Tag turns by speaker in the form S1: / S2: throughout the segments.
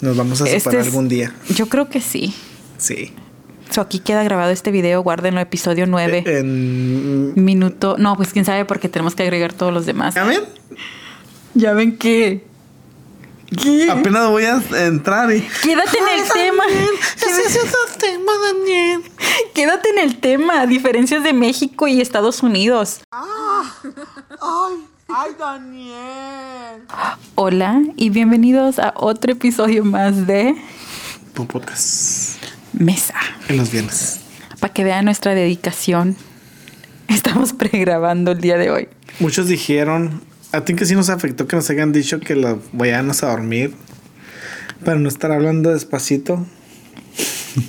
S1: Nos vamos a
S2: Este
S1: separar
S2: es-
S1: algún día.
S2: Yo creo que sí.
S1: Sí.
S2: So, aquí queda grabado este video, guárdenlo, episodio 9.
S1: Eh, En...
S2: Minuto. No, pues quién sabe porque tenemos que agregar todos los demás.
S1: ¿Ya ven?
S2: Ya ven que. ¿Qué?
S1: Apenas voy a entrar y.
S2: Quédate Mm. en el tema.
S1: Ese es otro tema, Daniel.
S2: Quédate en el tema. Diferencias de México y Estados Unidos.
S1: Ah. Ay, ay, Daniel.
S2: Hola y bienvenidos a otro episodio más de
S1: Tu podcast.
S2: Mesa.
S1: En los viernes.
S2: Para que vean nuestra dedicación. Estamos pregrabando el día de hoy.
S1: Muchos dijeron. A ti que sí nos afectó que nos hayan dicho que la vayamos a dormir. Para no estar hablando despacito.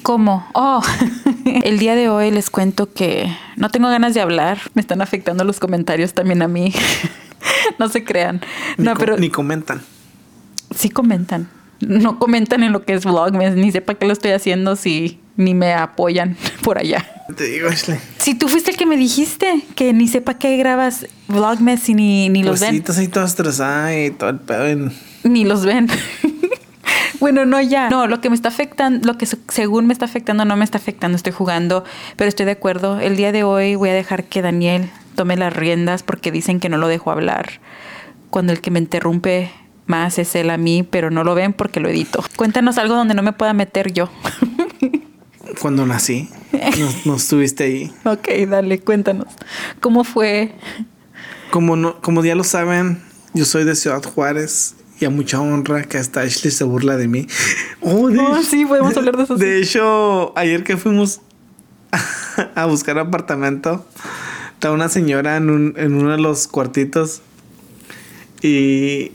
S2: ¿Cómo? Oh, el día de hoy les cuento que no tengo ganas de hablar. Me están afectando los comentarios también a mí. No se crean.
S1: Ni
S2: No,
S1: co-
S2: pero
S1: Ni comentan.
S2: sí comentan. No comentan en lo que es Vlogmas, ni sé para qué lo estoy haciendo si ni me apoyan por allá.
S1: Te digo, Ashley.
S2: Si tú fuiste el que me dijiste que ni sepa qué grabas Vlogmas y ni, ni
S1: Pues
S2: los
S1: sí,
S2: ven.
S1: estás ahí toda estresada y todo el pedo. en-
S2: Ni los ven. bueno, no ya. No, lo que me está afectando, lo que se- según me está afectando, no me está afectando. Estoy jugando, pero estoy de acuerdo. El día de hoy voy a dejar que Daniel tome las riendas porque dicen que no lo dejo hablar. Cuando el que me interrumpe más es él a mí, pero no lo ven porque lo edito. Cuéntanos algo donde no me pueda meter yo.
S1: Cuando nací, no, no estuviste ahí.
S2: ok, dale, cuéntanos. ¿Cómo fue?
S1: Como, no, como ya lo saben, yo soy de Ciudad Juárez y a mucha honra que hasta Ashley se burla de mí. Oh, de
S2: Oh,
S1: hecho-
S2: sí, podemos hablar de eso,
S1: De hecho, ayer que fuimos a buscar apartamento, estaba una señora en, un- en uno de los cuartitos y,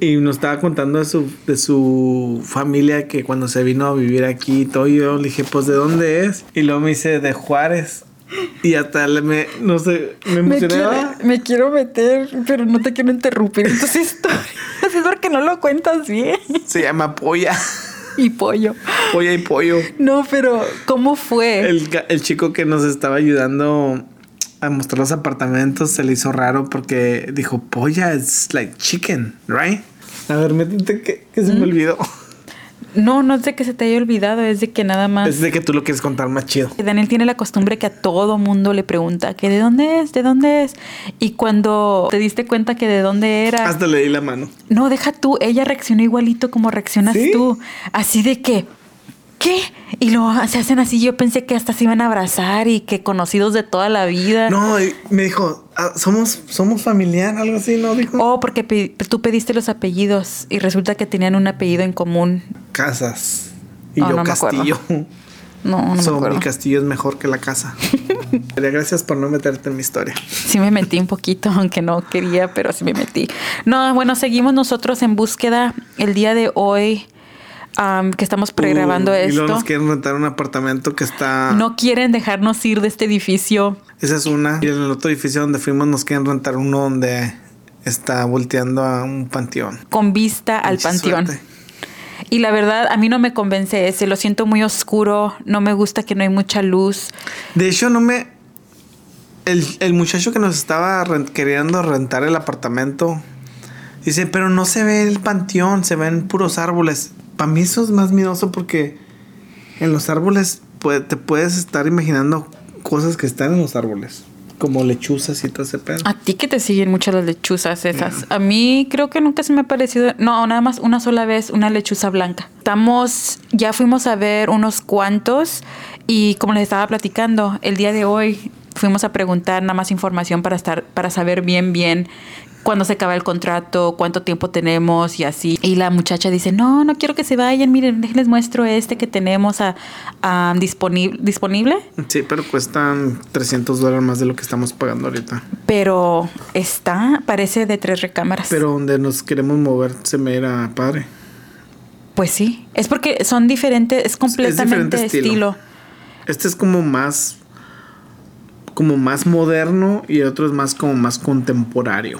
S1: y nos estaba contando de su, de su familia que cuando se vino a vivir aquí y todo, y yo le dije, pues, ¿de dónde es? Y luego me dice, de Juárez. Y hasta le- me, no sé, me
S2: Me
S1: emocionaba.
S2: quiero, me quiero meter, pero no te quiero interrumpir. Entonces estoy. Es porque no lo cuentas bien.
S1: Se llama Polla.
S2: Y pollo.
S1: Polla y Pollo.
S2: No, pero ¿cómo fue?
S1: El, ga- el chico que nos estaba ayudando a mostrar los apartamentos se le hizo raro porque dijo, polla, it's like chicken, right? A ver, métete que, que se
S2: Mm.
S1: me olvidó.
S2: No, no es de que se te haya olvidado, es de que nada más.
S1: Es de que tú lo quieres contar más chido.
S2: Daniel tiene la costumbre que a todo mundo le pregunta que de dónde es, de dónde es. Y cuando te diste cuenta que de dónde era.
S1: Hasta le di la mano.
S2: No, deja tú, ella reaccionó igualito como reaccionas
S1: ¿Sí?
S2: tú. Así de que, ¿qué? Y lo se hacen así. Yo pensé que hasta se iban a abrazar y que conocidos de toda la vida.
S1: No, y me dijo, "Ah, somos, somos familiar, algo así, ¿no? Dijo.
S2: Oh, porque pe- tú pediste los apellidos y resulta que tenían un apellido en común.
S1: Casas. Y
S2: Oh,
S1: yo
S2: no me acuerdo.
S1: Castillo.
S2: No, no
S1: So, mi
S2: me acuerdo.
S1: castillo es mejor que la casa. Pero Gracias por no meterte en mi historia.
S2: Sí me metí un poquito, aunque no quería, pero sí me metí. No, bueno, seguimos nosotros en búsqueda el día de hoy am, que estamos pregrabando
S1: Uh, Y
S2: esto.
S1: luego nos quieren rentar un apartamento que está...
S2: No quieren dejarnos ir de este edificio.
S1: Esa es una. Y en el otro edificio donde fuimos nos quieren rentar uno donde está volteando a un panteón.
S2: con vista al
S1: Mucha
S2: panteón.
S1: suerte.
S2: Y la verdad, a mí no me convence ese. Lo siento muy oscuro. No me gusta que no hay mucha luz.
S1: De hecho, no me... El, el muchacho que nos estaba ren- queriendo rentar el apartamento dice, pero no se ve el panteón, se ven puros árboles. Para mí eso es más miedoso porque en los árboles pue- te puedes estar imaginando cosas que están en los árboles, como lechuzas y todo ese pedo.
S2: A ti que te siguen muchas las lechuzas esas. A mí creo que nunca se me ha parecido. No, nada más una sola vez una lechuza blanca. Estamos, ya fuimos a ver unos cuantos y como les estaba platicando, el día de hoy fuimos a preguntar nada más información para estar, para saber bien, bien cuándo se acaba el contrato, cuánto tiempo tenemos y así. Y la muchacha dice, no, no quiero que se vayan, miren, les muestro este que tenemos a, a disponi- disponible.
S1: Sí, pero cuestan 300 dólares más de lo que estamos pagando ahorita.
S2: Pero está, parece de tres recámaras.
S1: Pero donde nos queremos mover se me era padre.
S2: Pues sí, es porque son diferentes, es completamente
S1: diferente
S2: estilo.
S1: estilo. Este es como más como más moderno y el otro es más como más contemporáneo.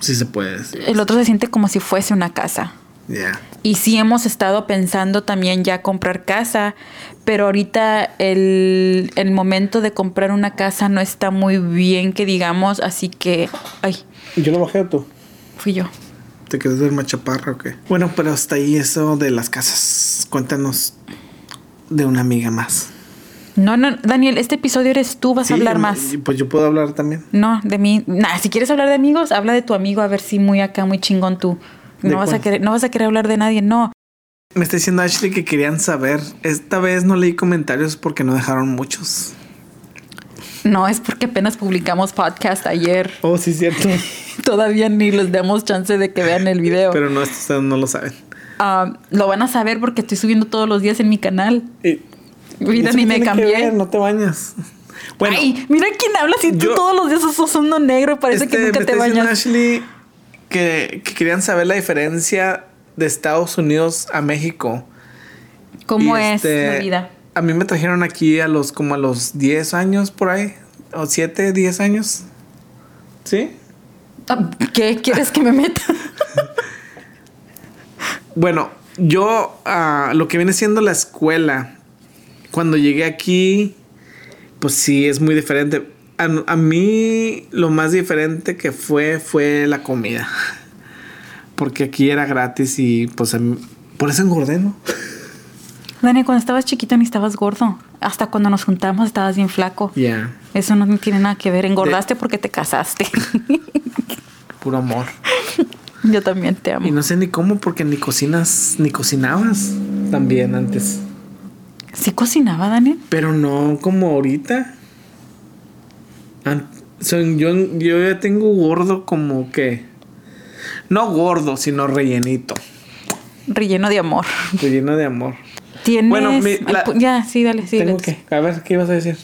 S1: Si se puede decir.
S2: El otro se siente como si fuese una casa.
S1: Ya.
S2: Y sí hemos estado pensando también ya comprar casa, pero ahorita el, el momento de comprar una casa no está muy bien que digamos, así que... Ay,
S1: Yo lo bajé a tú.
S2: fui yo.
S1: ¿Te quieres ver machaparra o qué? Bueno, pero hasta ahí eso de las casas. Cuéntanos de una amiga más.
S2: No, no, Daniel, este episodio eres tú, vas
S1: Sí,
S2: a hablar
S1: yo-
S2: más.
S1: Pues yo puedo hablar también.
S2: No, de mí. Nah, si quieres hablar de amigos, habla de tu amigo, a ver si muy acá, muy chingón tú.
S1: ¿De
S2: No vas, a
S1: cuál?
S2: querer, no vas a querer hablar de nadie, no.
S1: Me está diciendo Ashley que querían saber. Esta vez no leí comentarios porque no dejaron muchos.
S2: No, es porque apenas publicamos podcast ayer.
S1: Oh, sí, es cierto.
S2: Todavía ni les damos chance de que vean el video.
S1: pero no, estos ustedes no lo saben.
S2: Ah, lo van a saber porque estoy subiendo todos los días en mi canal.
S1: Y-
S2: Mira,
S1: eso
S2: ni
S1: no
S2: me
S1: tiene que
S2: cambié.
S1: ver, no te bañas. Bueno,
S2: Ay, mira quién habla si tú
S1: yo-
S2: todos los días estás usando negro, parece
S1: este,
S2: que nunca
S1: me
S2: te
S1: está diciendo
S2: bañas.
S1: Ashley que, que querían saber la diferencia de Estados Unidos a México.
S2: ¿Cómo
S1: Y,
S2: es
S1: este,
S2: la vida?
S1: A mí me trajeron aquí a los como a los 10 años por ahí, o 7, 10 años. ¿Sí?
S2: Ah, ¿Qué quieres que me meta?
S1: Bueno, yo ah, lo que viene siendo la escuela, cuando llegué aquí, pues sí, es muy diferente. A, a mí lo más diferente que fue fue la comida. Porque aquí era gratis y pues a mí- por eso engordé, ¿no?
S2: Dani, cuando estabas chiquito ni estabas gordo. Hasta cuando nos juntamos estabas bien flaco.
S1: Ya,
S2: Eso no tiene nada que ver. Engordaste porque te casaste.
S1: puro amor.
S2: Yo también te amo.
S1: Y no sé ni cómo, porque ni cocinas, ni cocinabas también antes.
S2: ¿Sí cocinaba, Daniel?
S1: Pero no como ahorita. An- son- yo, yo ya tengo gordo como que... No gordo, sino rellenito.
S2: Relleno de amor.
S1: Relleno de amor.
S2: Tienes...
S1: Bueno, mi-
S2: Ay,
S1: la-
S2: pu- Ya, sí, dale, sí.
S1: tengo
S2: dale.
S1: que... A ver, ¿qué ibas a decir?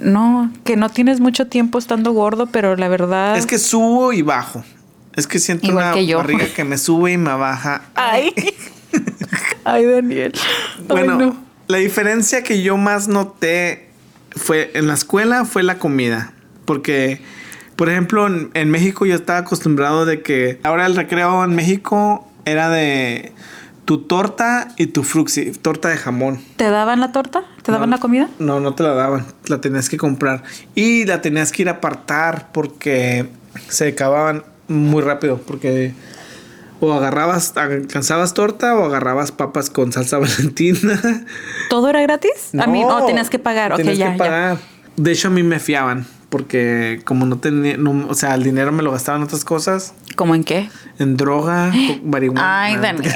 S2: No, que no tienes mucho tiempo estando gordo, pero la verdad...
S1: Es que subo y bajo. Es que siento
S2: Ah. Igual
S1: una
S2: que yo.
S1: barriga que me sube y me baja.
S2: Ay. Ay, Daniel.
S1: Bueno,
S2: Ay, no.
S1: la diferencia que yo más noté fue en la escuela fue la comida. Porque, por ejemplo, en, en México yo estaba acostumbrado de que ahora el recreo en México era de tu torta y tu fruxi, torta de jamón.
S2: ¿Te daban la torta? ¿Te daban
S1: No,
S2: la comida?
S1: No, no te la daban. La tenías que comprar. Y la tenías que ir a apartar porque se acababan muy rápido. Porque o agarrabas, alcanzabas torta o agarrabas papas con salsa valentina.
S2: ¿Todo era gratis? a mí, no, tenías que pagar. Ok,
S1: tenías
S2: ya,
S1: que
S2: ya.
S1: pagar. De hecho, a mí me fiaban. Porque como no tenía, no- o sea, el dinero me lo gastaba en otras cosas.
S2: ¿Cómo en qué?
S1: En droga, co- marihuana.
S2: Ay, Daniel.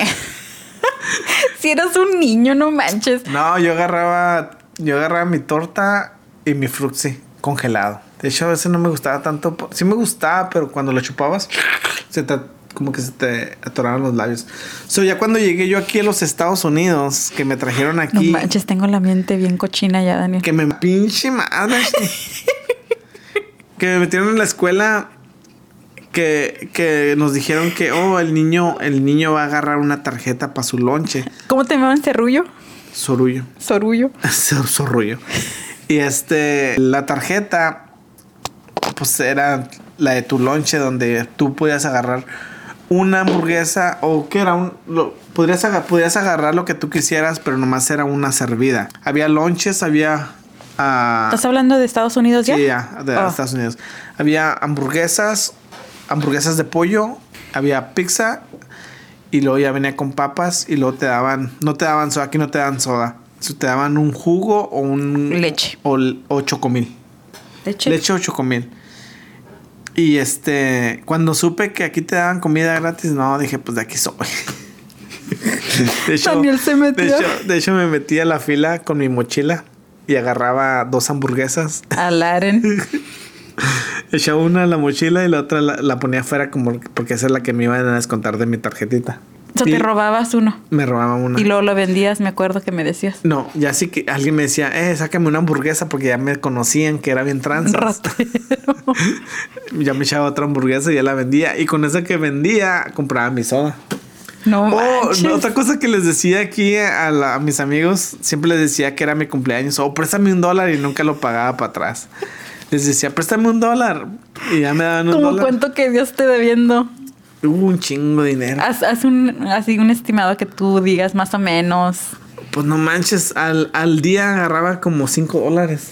S2: si eras un niño, no manches.
S1: No, yo agarraba, yo agarraba mi torta y mi fruxi congelado. De hecho, a veces no me gustaba tanto. po- Sí me gustaba, pero cuando lo chupabas, se te- como que se te atoraban los labios. So, ya cuando llegué yo aquí a los Estados Unidos, que me trajeron
S2: No
S1: aquí,
S2: manches, tengo la mente bien cochina ya, Daniel.
S1: que me pinche madre. que me metieron en la escuela. Que, que nos dijeron que, oh, el niño, el niño va a agarrar una tarjeta para su lonche.
S2: ¿Cómo te llaman Cerrullo?
S1: Sorullo.
S2: Sorullo.
S1: Zor- Zorrullo. Y este, la tarjeta, pues era la de tu lonche, donde tú podías agarrar una hamburguesa o que era un. lo- podrías, aga- podías agarrar lo que tú quisieras, pero nomás era una servida. Había lonches, había. ah,
S2: ¿Estás hablando de Estados Unidos ya?
S1: Sí, ya, de
S2: Ah.
S1: Estados Unidos. Había hamburguesas, hamburguesas de pollo, había pizza y luego ya venía con papas y luego te daban, no te daban soda, aquí no te dan soda. So, Te daban un jugo o un...
S2: Leche.
S1: O, o chocomil.
S2: Leche.
S1: Leche o chocomil. Y este, cuando supe que aquí te daban comida gratis, no, dije, pues de aquí soy. De
S2: Daniel se metió.
S1: De hecho, de hecho, me metí a la fila con mi mochila y agarraba dos hamburguesas
S2: Alaren.
S1: Echaba una en la mochila y la otra la, la ponía afuera como porque esa es la que me iban a descontar de mi tarjetita.
S2: O sea,
S1: Y
S2: te robabas uno.
S1: Me robaban una.
S2: Y luego lo vendías, me acuerdo que me decías.
S1: No, ya sí que alguien me decía, eh, sácame una hamburguesa porque ya me conocían que era bien tranza.
S2: Ratero.
S1: Ya me echaba otra hamburguesa y ya la vendía. Y con esa que vendía, compraba mi soda.
S2: No
S1: Oh,
S2: manches.
S1: no, otra cosa que les decía aquí a, la- a mis amigos, siempre les decía que era mi cumpleaños, o préstame un dólar y nunca lo pagaba para atrás. Les decía, préstame un dólar y ya me daban un
S2: Como
S1: dólar.
S2: cuento que Dios te debiendo.
S1: Hubo un chingo de dinero.
S2: Haz, haz un, así un estimado que tú digas más o menos.
S1: Pues no manches, al, al día agarraba como 5 dólares.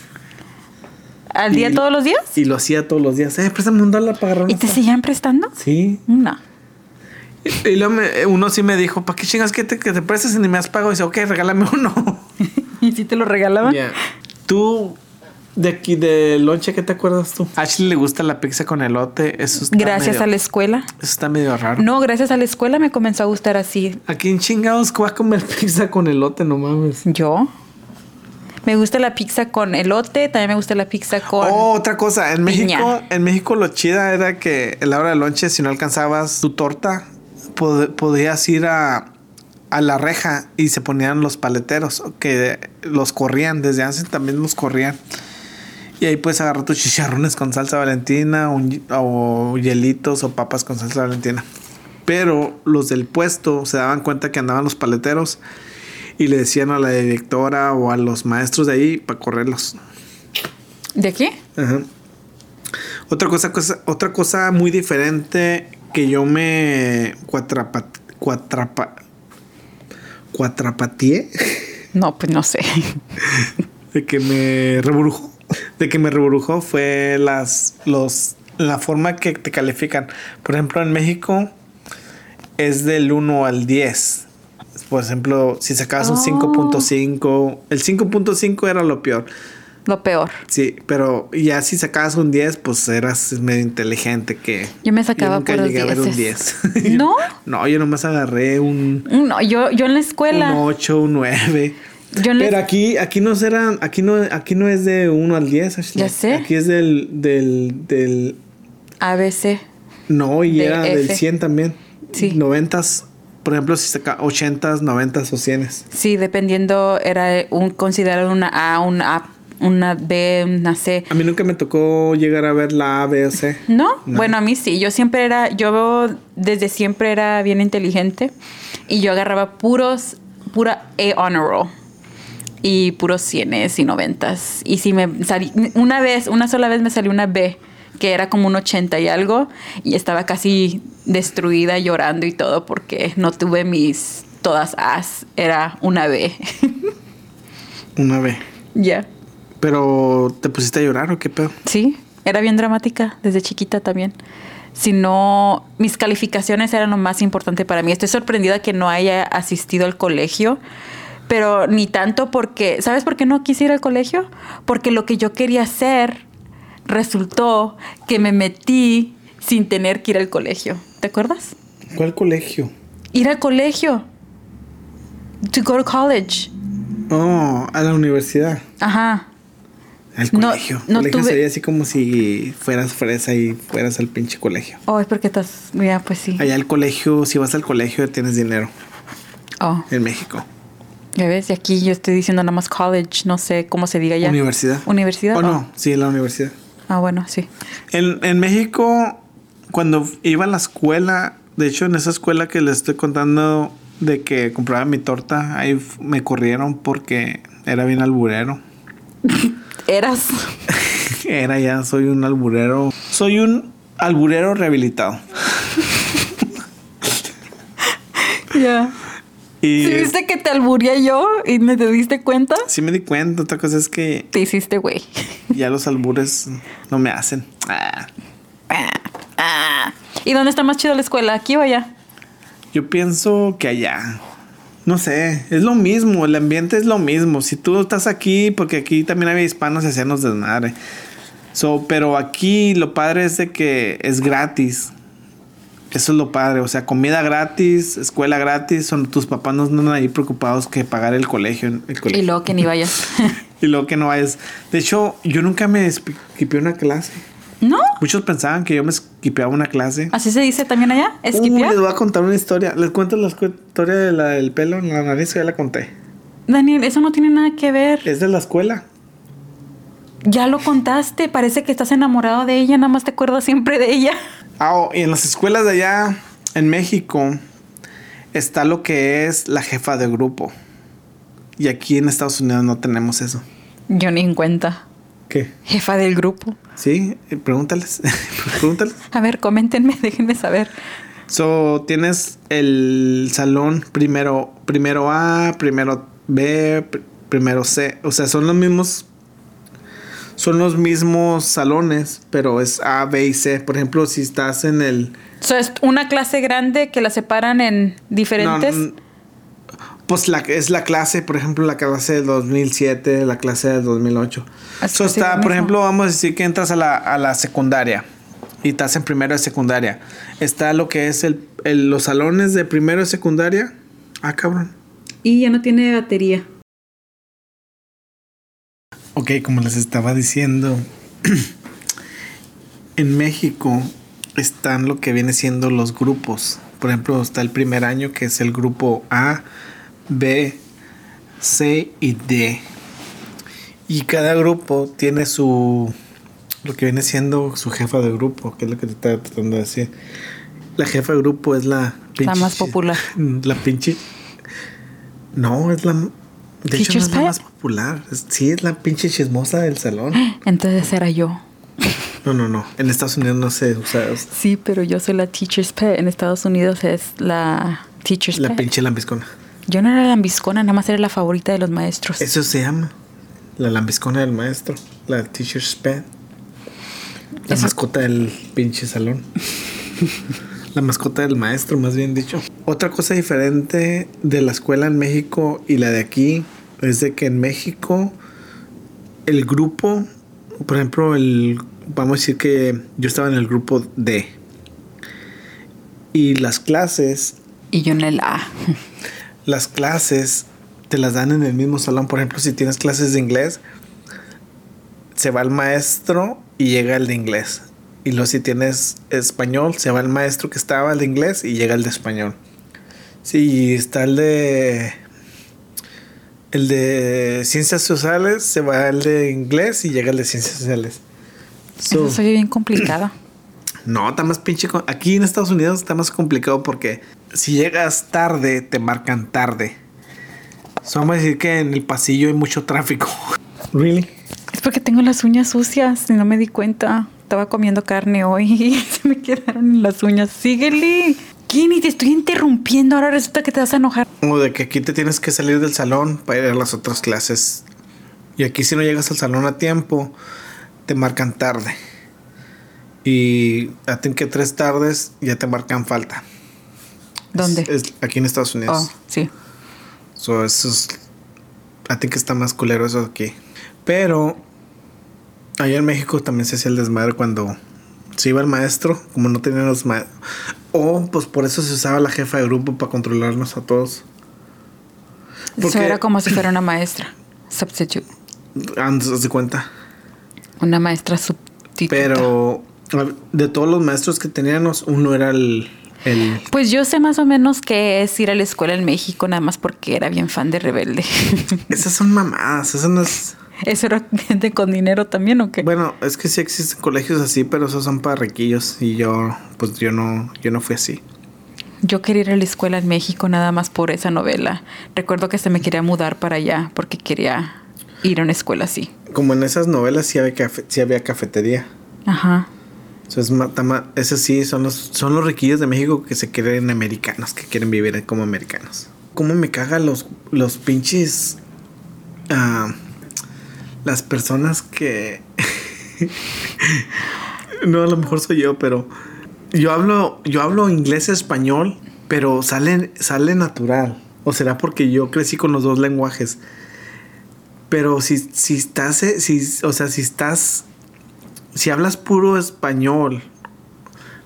S2: ¿Al día
S1: Y-
S2: todos los días?
S1: Y lo hacía todos los días. Eh, préstame un dólar para agarrar.
S2: ¿Y
S1: una
S2: te
S1: soda".
S2: seguían prestando?
S1: Sí.
S2: No.
S1: Y luego me- eh, uno sí me dijo, ¿para qué chingas que te, que te prestes si ni me has pagado? Y dice, ok, regálame uno.
S2: ¿Y si te lo regalaban?
S1: Ya. Tú, de aquí, de lonche, ¿qué te acuerdas tú? A Ashley le gusta la pizza con elote. Eso está
S2: Gracias
S1: medio-
S2: a la escuela.
S1: Eso está medio raro.
S2: No, gracias a la escuela me comenzó a gustar así.
S1: ¿A quién chingados va a comer pizza con elote? No mames.
S2: Yo. Me gusta la pizza con elote, también me gusta la pizza con...
S1: Oh, otra cosa. En México,
S2: piña.
S1: en México lo chida era que en la hora de lonche, si no alcanzabas tu torta, pod- podías ir a, a la reja y se ponían los paleteros, que los corrían, desde antes también los corrían. Y ahí puedes agarrar tus chicharrones con salsa valentina un hi- o hielitos o papas con salsa valentina. Pero los del puesto se daban cuenta que andaban los paleteros y le decían a la directora o a los maestros de ahí para correrlos.
S2: ¿De aquí?
S1: Ajá. Otra cosa, cosa- otra cosa muy diferente que yo me cuatrapa, cuatrapa, cuatrapateé,
S2: No, pues no sé.
S1: de que me rebrujó, de que me rebrujó fue las, los, la forma que te califican. Por ejemplo, en México es del 1 al 10. Por ejemplo, si sacabas un
S2: Oh.
S1: 5.5, el 5.5 era lo peor.
S2: Lo peor.
S1: Sí, pero ya si sacabas un 10, pues eras medio inteligente que...
S2: Yo me sacaba
S1: nunca
S2: puros
S1: llegué a ver un
S2: 10.
S1: 10. Yo-
S2: ¿No?
S1: No, yo nomás agarré un,
S2: No, yo, yo en la
S1: un
S2: escuela...
S1: 8, un 9.
S2: yo en la-
S1: Pero aquí, aquí no serán, aquí no, aquí no es de 1 al 10, Ashley.
S2: Ya sé.
S1: Aquí es del, del, del
S2: ABC.
S1: no, y
S2: De
S1: era del
S2: F.
S1: 100 también.
S2: Sí.
S1: 90, por ejemplo, si saca 80, 90 o 100.
S2: Sí, dependiendo, era eh, un considerado una A, una A, una B, una C.
S1: A mí nunca me tocó llegar a ver la A, B o C.
S2: ¿No?
S1: No.
S2: Bueno, a mí sí. Yo siempre era, yo desde siempre era bien inteligente y yo agarraba puros, pura E A honor roll y puros cienes y noventas. Y si me salí, una vez, una sola vez me salió una B que era como un 80 y algo y estaba casi destruida llorando y todo porque no tuve mis todas As, era una B.
S1: Una B.
S2: Ya.
S1: Pero, ¿te pusiste a llorar o qué pedo?
S2: Sí, era bien dramática desde chiquita también. Si no, mis calificaciones eran lo más importante para mí. Estoy sorprendida que no haya asistido al colegio, pero ni tanto porque, ¿sabes por qué no quise ir al colegio? Porque lo que yo quería hacer resultó que me metí sin tener que ir al colegio. ¿Te acuerdas?
S1: ¿Cuál colegio?
S2: Ir al colegio. To go to college.
S1: Oh, a la universidad.
S2: Ajá.
S1: Al
S2: No,
S1: colegio.
S2: no
S1: colegio
S2: tuve-
S1: sería así como si fueras fresa y fueras al pinche colegio.
S2: Oh, es porque estás. Mira, pues sí.
S1: Allá al colegio, si vas al colegio, tienes dinero
S2: Oh.
S1: en México.
S2: Ya ves, y aquí yo estoy diciendo nada más college, no sé cómo se diga ya.
S1: Universidad.
S2: Universidad.
S1: ¿O
S2: Oh.
S1: no? Sí, la universidad.
S2: Ah, bueno, sí.
S1: En, en México, cuando iba a la escuela, de hecho, en esa escuela que les estoy contando de que compraba mi torta, ahí f- me corrieron porque era bien alburero.
S2: Eras.
S1: Era ya, soy un alburero. Soy un alburero rehabilitado.
S2: Ya.
S1: Y
S2: ¿Sí viste que te alburía yo y me te diste cuenta?
S1: Sí me di cuenta, otra cosa es que
S2: Te hiciste, güey.
S1: ya los albures no me hacen. Ah,
S2: Ah. ¿Y dónde está más chido la escuela? ¿Aquí o allá?
S1: yo pienso que allá. No sé, es lo mismo, el ambiente es lo mismo. Si tú estás aquí, porque aquí también había hispanos y hacíamos desmadre. So, pero aquí lo padre es de que es gratis. Eso es lo padre, o sea, comida gratis, escuela gratis, son tus papás no andan ahí preocupados que pagar el colegio. El
S2: Y
S1: colegio.
S2: luego que ni vayas.
S1: Y luego que no vayas. De hecho, yo nunca me esquipé una clase.
S2: ¿No?
S1: Muchos pensaban que yo me esquipeaba una clase.
S2: ¿Así se dice también allá?
S1: Uh, les
S2: ¿Esquipear?
S1: voy a contar una historia. Les cuento la escu- historia de la del pelo en la nariz, ya la conté.
S2: Daniel, eso no tiene nada que ver.
S1: Es de la escuela.
S2: Ya lo contaste. Parece que estás enamorado de ella. Nada más te acuerdas siempre de ella.
S1: Ah, oh, y en las escuelas de allá, en México, está lo que es la jefa de grupo. Y aquí en Estados Unidos no tenemos eso.
S2: Yo ni en cuenta.
S1: ¿Qué?
S2: Jefa del grupo.
S1: Sí, Eh, pregúntales. pregúntales.
S2: A ver, coméntenme, déjenme saber.
S1: So, tienes el salón primero, primero A, primero B, pr- primero C. O sea, son los mismos. son los mismos salones, pero es A, B y C. Por ejemplo, si estás en el...
S2: O sea, es una clase grande que la separan en diferentes.
S1: No, pues la, es la clase, por ejemplo, la clase del 2007, la clase del 2008.
S2: Así
S1: Eso
S2: que sí,
S1: está,
S2: lo
S1: por
S2: mismo.
S1: ejemplo, vamos a decir que entras a la, a la secundaria y estás en primero de secundaria. Está lo que es el, el- los salones de primero de secundaria. Ah, cabrón.
S2: Y ya no tiene batería.
S1: Ok, como les estaba diciendo, en México están lo que viene siendo los grupos. Por ejemplo, está el primer año que es el grupo A, B, C y D. Y cada grupo tiene su lo que viene siendo su jefa de grupo, que es lo que te estaba tratando de decir. La jefa de grupo es la
S2: La más
S1: chi-
S2: popular.
S1: Mm, La pinche no, es la. De hecho, no
S2: ¿Teacher's
S1: es la
S2: pet?
S1: más popular. Es- Sí, es la pinche chismosa del salón.
S2: Ah. Entonces era yo.
S1: No, no, no. En Estados Unidos no se usa es
S2: Sí, pero yo soy la teacher's pet. En Estados Unidos es la teacher's
S1: la
S2: pet.
S1: pinche lambiscona.
S2: Yo no era la lambiscona, nada más era la favorita de los maestros.
S1: Eso se llama la lambiscona del maestro, la teacher's pet. La
S2: Eso-
S1: mascota del pinche salón. la mascota del maestro, más bien dicho. Otra cosa diferente de la escuela en México y la de aquí es de que en México el grupo, por ejemplo, el vamos a decir que yo estaba en el grupo D. Y las clases
S2: Y yo en el A.
S1: las clases te las dan en el mismo salón. Por ejemplo, si tienes clases de inglés, se va el maestro y llega el de inglés. Y luego si tienes español, se va el maestro que estaba el de inglés y llega el de español. Si está el de el de ciencias sociales, se va el de inglés y llega el de ciencias sociales. So-
S2: Eso soy bien complicado.
S1: no, está más pinche. com- Aquí en Estados Unidos está más complicado porque si llegas tarde, te marcan tarde. So, vamos a decir que en el pasillo hay mucho tráfico. ¿Really?
S2: Es porque tengo las uñas sucias y no me di cuenta. Estaba comiendo carne hoy y se me quedaron las uñas. Síguele. Kenny, te estoy interrumpiendo. Ahora resulta que te vas a enojar.
S1: O de que aquí te tienes que salir del salón para ir a las otras clases. Y aquí si no llegas al salón a tiempo, te marcan tarde. Y a ti que tres tardes ya te marcan falta.
S2: ¿Dónde?
S1: Es- es aquí en Estados Unidos.
S2: oh, sí.
S1: So, eso es. A ti que está más culero eso aquí. Pero. Allá en México también se hacía el desmadre cuando se iba el maestro, como no tenían los maestros. O, pues por eso se usaba la jefa de grupo para controlarnos a todos.
S2: Eso
S1: Porque-
S2: era como si fuera una maestra. Substitute.
S1: Antes de cuenta.
S2: Una maestra sustituta.
S1: Pero a- de todos los maestros que teníamos, uno era el. el
S2: Pues yo sé más o menos qué es ir a la escuela en México, nada más porque era bien fan de Rebelde.
S1: esas son mamadas, esas no es.
S2: ¿Eso era gente con dinero también o qué?
S1: Bueno, es que sí existen colegios así, pero esos son para riquillos. Y yo, pues yo no, yo no fui así.
S2: Yo quería ir a la escuela en México nada más por esa novela. Recuerdo que se me quería mudar para allá porque quería ir a una escuela así.
S1: Como en esas novelas sí había, cafe- sí había cafetería.
S2: Ajá.
S1: Eso es ma- tama- esos sí son los, son los riquillos de México que se creen americanos, que quieren vivir como americanos. ¿Cómo me cagan los, los pinches... ah, las personas que... no, a lo mejor soy yo, pero... Yo hablo, yo hablo inglés español, pero sale, sale natural. O será porque yo crecí con los dos lenguajes. Pero si, si estás, eh, si, o sea, si estás, si hablas puro español,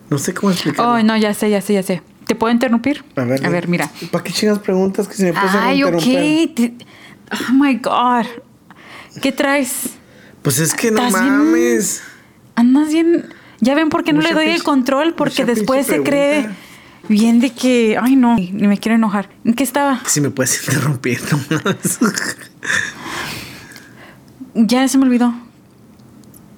S1: no sé cómo explicarlo.
S2: Oh, no, ya sé, ya sé, ya sé. ¿Te puedo interrumpir? Oh, a ver mira.
S1: ¿Para qué chingas preguntas que se me pasan
S2: Ay, ok. Te- Oh my God. ¿Qué traes?
S1: Pues es que no
S2: ¿Estás bien?
S1: mames.
S2: Andas Ah, bien. Ya ven por qué no
S1: Mucha
S2: le doy el
S1: pinche-
S2: control, porque
S1: mucha pinche
S2: después se
S1: pregunta.
S2: cree bien de que. Ay, no, ni me quiero enojar. ¿En qué estaba?
S1: Si me puedes interrumpir nomás.
S2: Ya se me olvidó.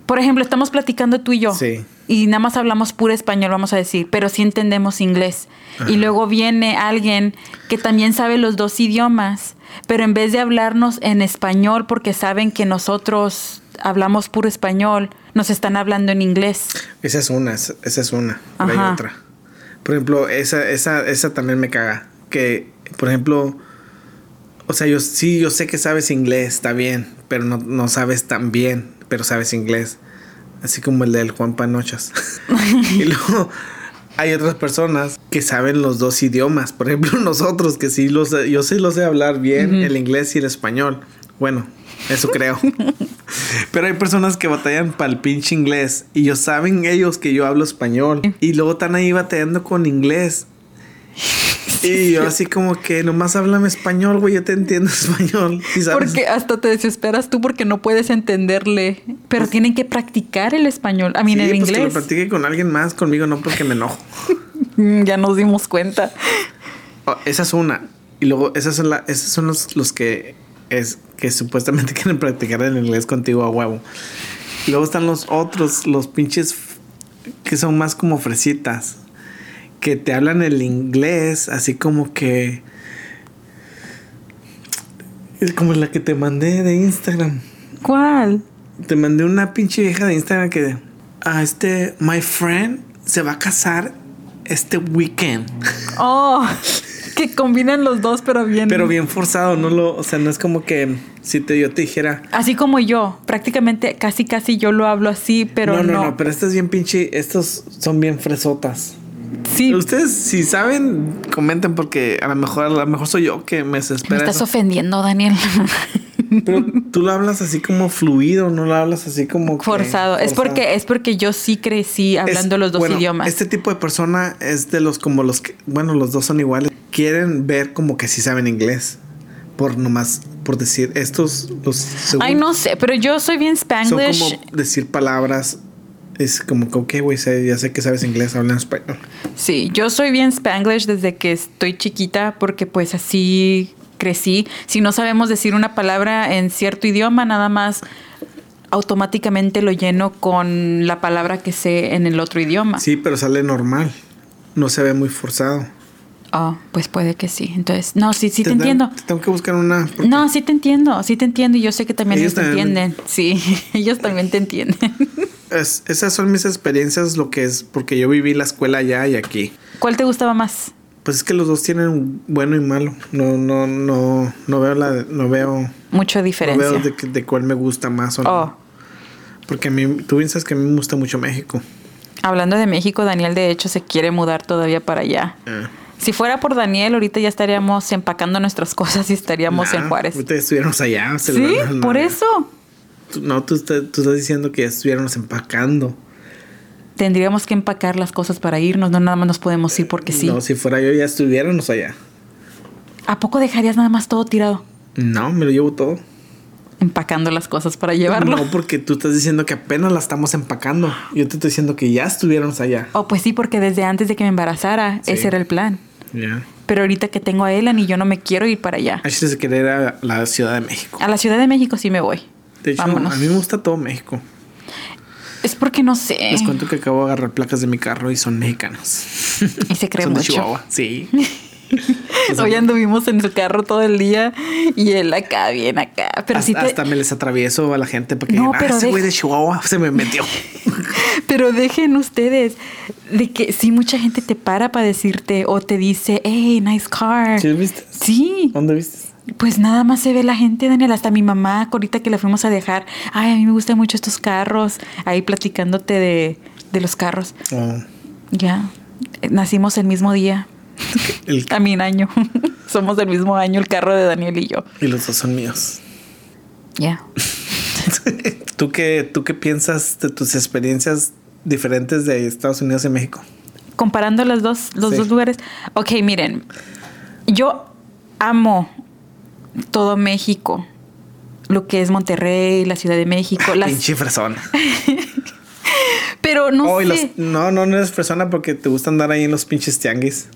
S2: Por ejemplo, estamos platicando tú y yo.
S1: Sí.
S2: Y nada más hablamos puro español, vamos a decir, pero sí entendemos inglés. Y luego viene alguien que también sabe los dos idiomas, pero en vez de hablarnos en español porque saben que nosotros hablamos puro español, nos están hablando en inglés.
S1: esa es una, esa esa es una. pero
S2: Ajá.
S1: Hay otra. Por ejemplo, esa, esa, esa también me caga. Que, por ejemplo, o sea, yo sí, yo sé que sabes inglés, está bien, pero no, no sabes tan bien. pero sabes inglés. Así como el del Juan Panochas. y luego hay otras personas que saben los dos idiomas. Por ejemplo, nosotros, que sí los, yo sí los sé hablar bien, el inglés y el español. Bueno, eso creo. Pero hay personas que batallan para el pinche inglés y ellos saben ellos que yo hablo español y luego están ahí batallando con inglés. Y yo así como que nomás háblame español, güey, yo te entiendo español. ¿Y sabes?
S2: Porque hasta te desesperas tú porque no puedes entenderle. Pero tienen que practicar el español. A mí en
S1: Pues Sí,
S2: el
S1: pues que lo
S2: inglés.
S1: practique con alguien más, conmigo no porque me enojo.
S2: Mm, ya nos dimos cuenta.
S1: Oh, esa es una. Y luego esas son, la, esos son los, los que es que supuestamente quieren practicar el inglés contigo a huevo. Y luego están los otros, los pinches f- que son más como fresitas. Que te hablan el inglés así como que... Es como la que te mandé de Instagram.
S2: ¿Cuál?
S1: Te mandé una pinche vieja de Instagram que... Ah, este... My friend se va a casar este weekend.
S2: Oh, que combinan los dos, pero bien.
S1: Pero bien forzado, no lo, o sea, no es como que si te yo te dijera.
S2: Así como yo. Prácticamente casi, casi yo lo hablo así, pero
S1: no,
S2: no.
S1: no, no, pero estas bien pinche, estos son bien fresotas.
S2: Sí,
S1: Ustedes si saben, comenten porque a lo mejor a lo mejor soy yo que me
S2: me
S1: desespera.
S2: estás
S1: eso.
S2: ofendiendo, Daniel.
S1: Pero tú lo hablas así como fluido, no lo hablas así como que-
S2: Forzado. Es porque es porque yo sí crecí
S1: Es-
S2: hablando los dos
S1: bueno,
S2: idiomas.
S1: Este tipo de persona es de los como los que, bueno, los dos son iguales. Quieren ver como que sí saben inglés. Por nomás, por decir, estos los según-
S2: Ay, no sé, pero yo soy bien Spanglish.
S1: Son como decir palabras. Es como que, ok, güey, sé- ya sé que sabes inglés, habla en español.
S2: Sí, yo soy bien Spanglish desde que estoy chiquita porque pues así crecí. Si no sabemos decir una palabra en cierto idioma, nada más automáticamente lo lleno con la palabra que sé en el otro idioma.
S1: Sí, pero sale normal. No se ve muy forzado.
S2: Oh, pues puede que sí. Entonces, no, sí, sí te,
S1: dan-
S2: entiendo.
S1: te tengo que buscar una.
S2: No, sí te entiendo, sí te entiendo y yo sé que también
S1: Ellos
S2: ellos, te
S1: también-
S2: entienden. Sí, ellos también te entienden.
S1: Es- esas son mis experiencias, lo que es, porque yo viví la escuela allá y aquí.
S2: ¿Cuál te gustaba más?
S1: Pues es que los dos tienen bueno y malo. No, no, no, no veo la, no veo,
S2: Mucha
S1: no
S2: diferencia.
S1: veo de, que- de cuál me gusta más o no.
S2: Oh,
S1: Porque a mí, tú piensas que a mí me gusta mucho México.
S2: hablando de México, Daniel de hecho se quiere mudar todavía para allá.
S1: Ah.
S2: Si fuera por Daniel, ahorita ya estaríamos empacando nuestras cosas y estaríamos
S1: Nah,
S2: en Juárez.
S1: Ahorita estuviéramos allá.
S2: Sí,
S1: celebrando la
S2: por
S1: Navidad.
S2: eso.
S1: Tú- No, tú, está- tú estás diciendo que ya estuviéramos empacando.
S2: Tendríamos que empacar las cosas para irnos, no nada más nos podemos ir porque sí.
S1: No, si fuera yo ya estuviéramos allá.
S2: ¿A poco dejarías nada más todo tirado?
S1: No, me lo llevo todo.
S2: Empacando las cosas para llevarlo.
S1: No, porque tú estás diciendo que apenas la estamos empacando. Yo te estoy diciendo que ya estuviéramos allá.
S2: Oh, pues sí, porque desde antes de que me embarazara,
S1: Sí.
S2: ese era el plan.
S1: Ya.
S2: Pero ahorita que tengo a Elan y yo no me quiero ir para allá.
S1: Ashley se quiere ir a la Ciudad de México.
S2: A la Ciudad de México sí me voy.
S1: De hecho,
S2: Ah, Vámonos.
S1: a mí me gusta todo México.
S2: Es porque no sé.
S1: Les cuento que acabo de agarrar placas de mi carro y son mexicanos.
S2: Y se cree
S1: son de
S2: mucho.
S1: Chihuahua. Sí.
S2: Hoy anduvimos en su carro todo el día y él acá, bien acá. Pero
S1: hasta,
S2: sí te-
S1: hasta me les atravieso a la gente para que
S2: No,
S1: digan, "Ah,
S2: pero
S1: ese güey
S2: deja-
S1: de Chihuahua se me metió.
S2: Pero dejen ustedes de que si mucha gente te para para decirte o te dice, hey, nice car.
S1: ¿Sí
S2: Sí.
S1: viste? ¿Dónde viste?
S2: pues nada más se ve la gente, Daniel. Hasta mi mamá, ahorita que la fuimos a dejar, ay, a mí me gustan mucho estos carros. Ahí platicándote de, de los carros.
S1: Oh,
S2: Ya, Eh, nacimos el mismo día.
S1: el-
S2: A mi año. Somos del mismo año el carro de Daniel y yo.
S1: y los dos son míos.
S2: Ya.
S1: ¿Tú qué, ¿Tú qué piensas de tus experiencias diferentes de Estados Unidos y México?
S2: comparando las dos, los
S1: Sí.
S2: dos lugares. Ok, miren, yo amo todo México, lo que es Monterrey, la Ciudad de México, las-
S1: Pinche fresona.
S2: pero no
S1: Oh, y
S2: sé,
S1: los- no, no, no eres fresona porque te gusta andar ahí en los pinches tianguis.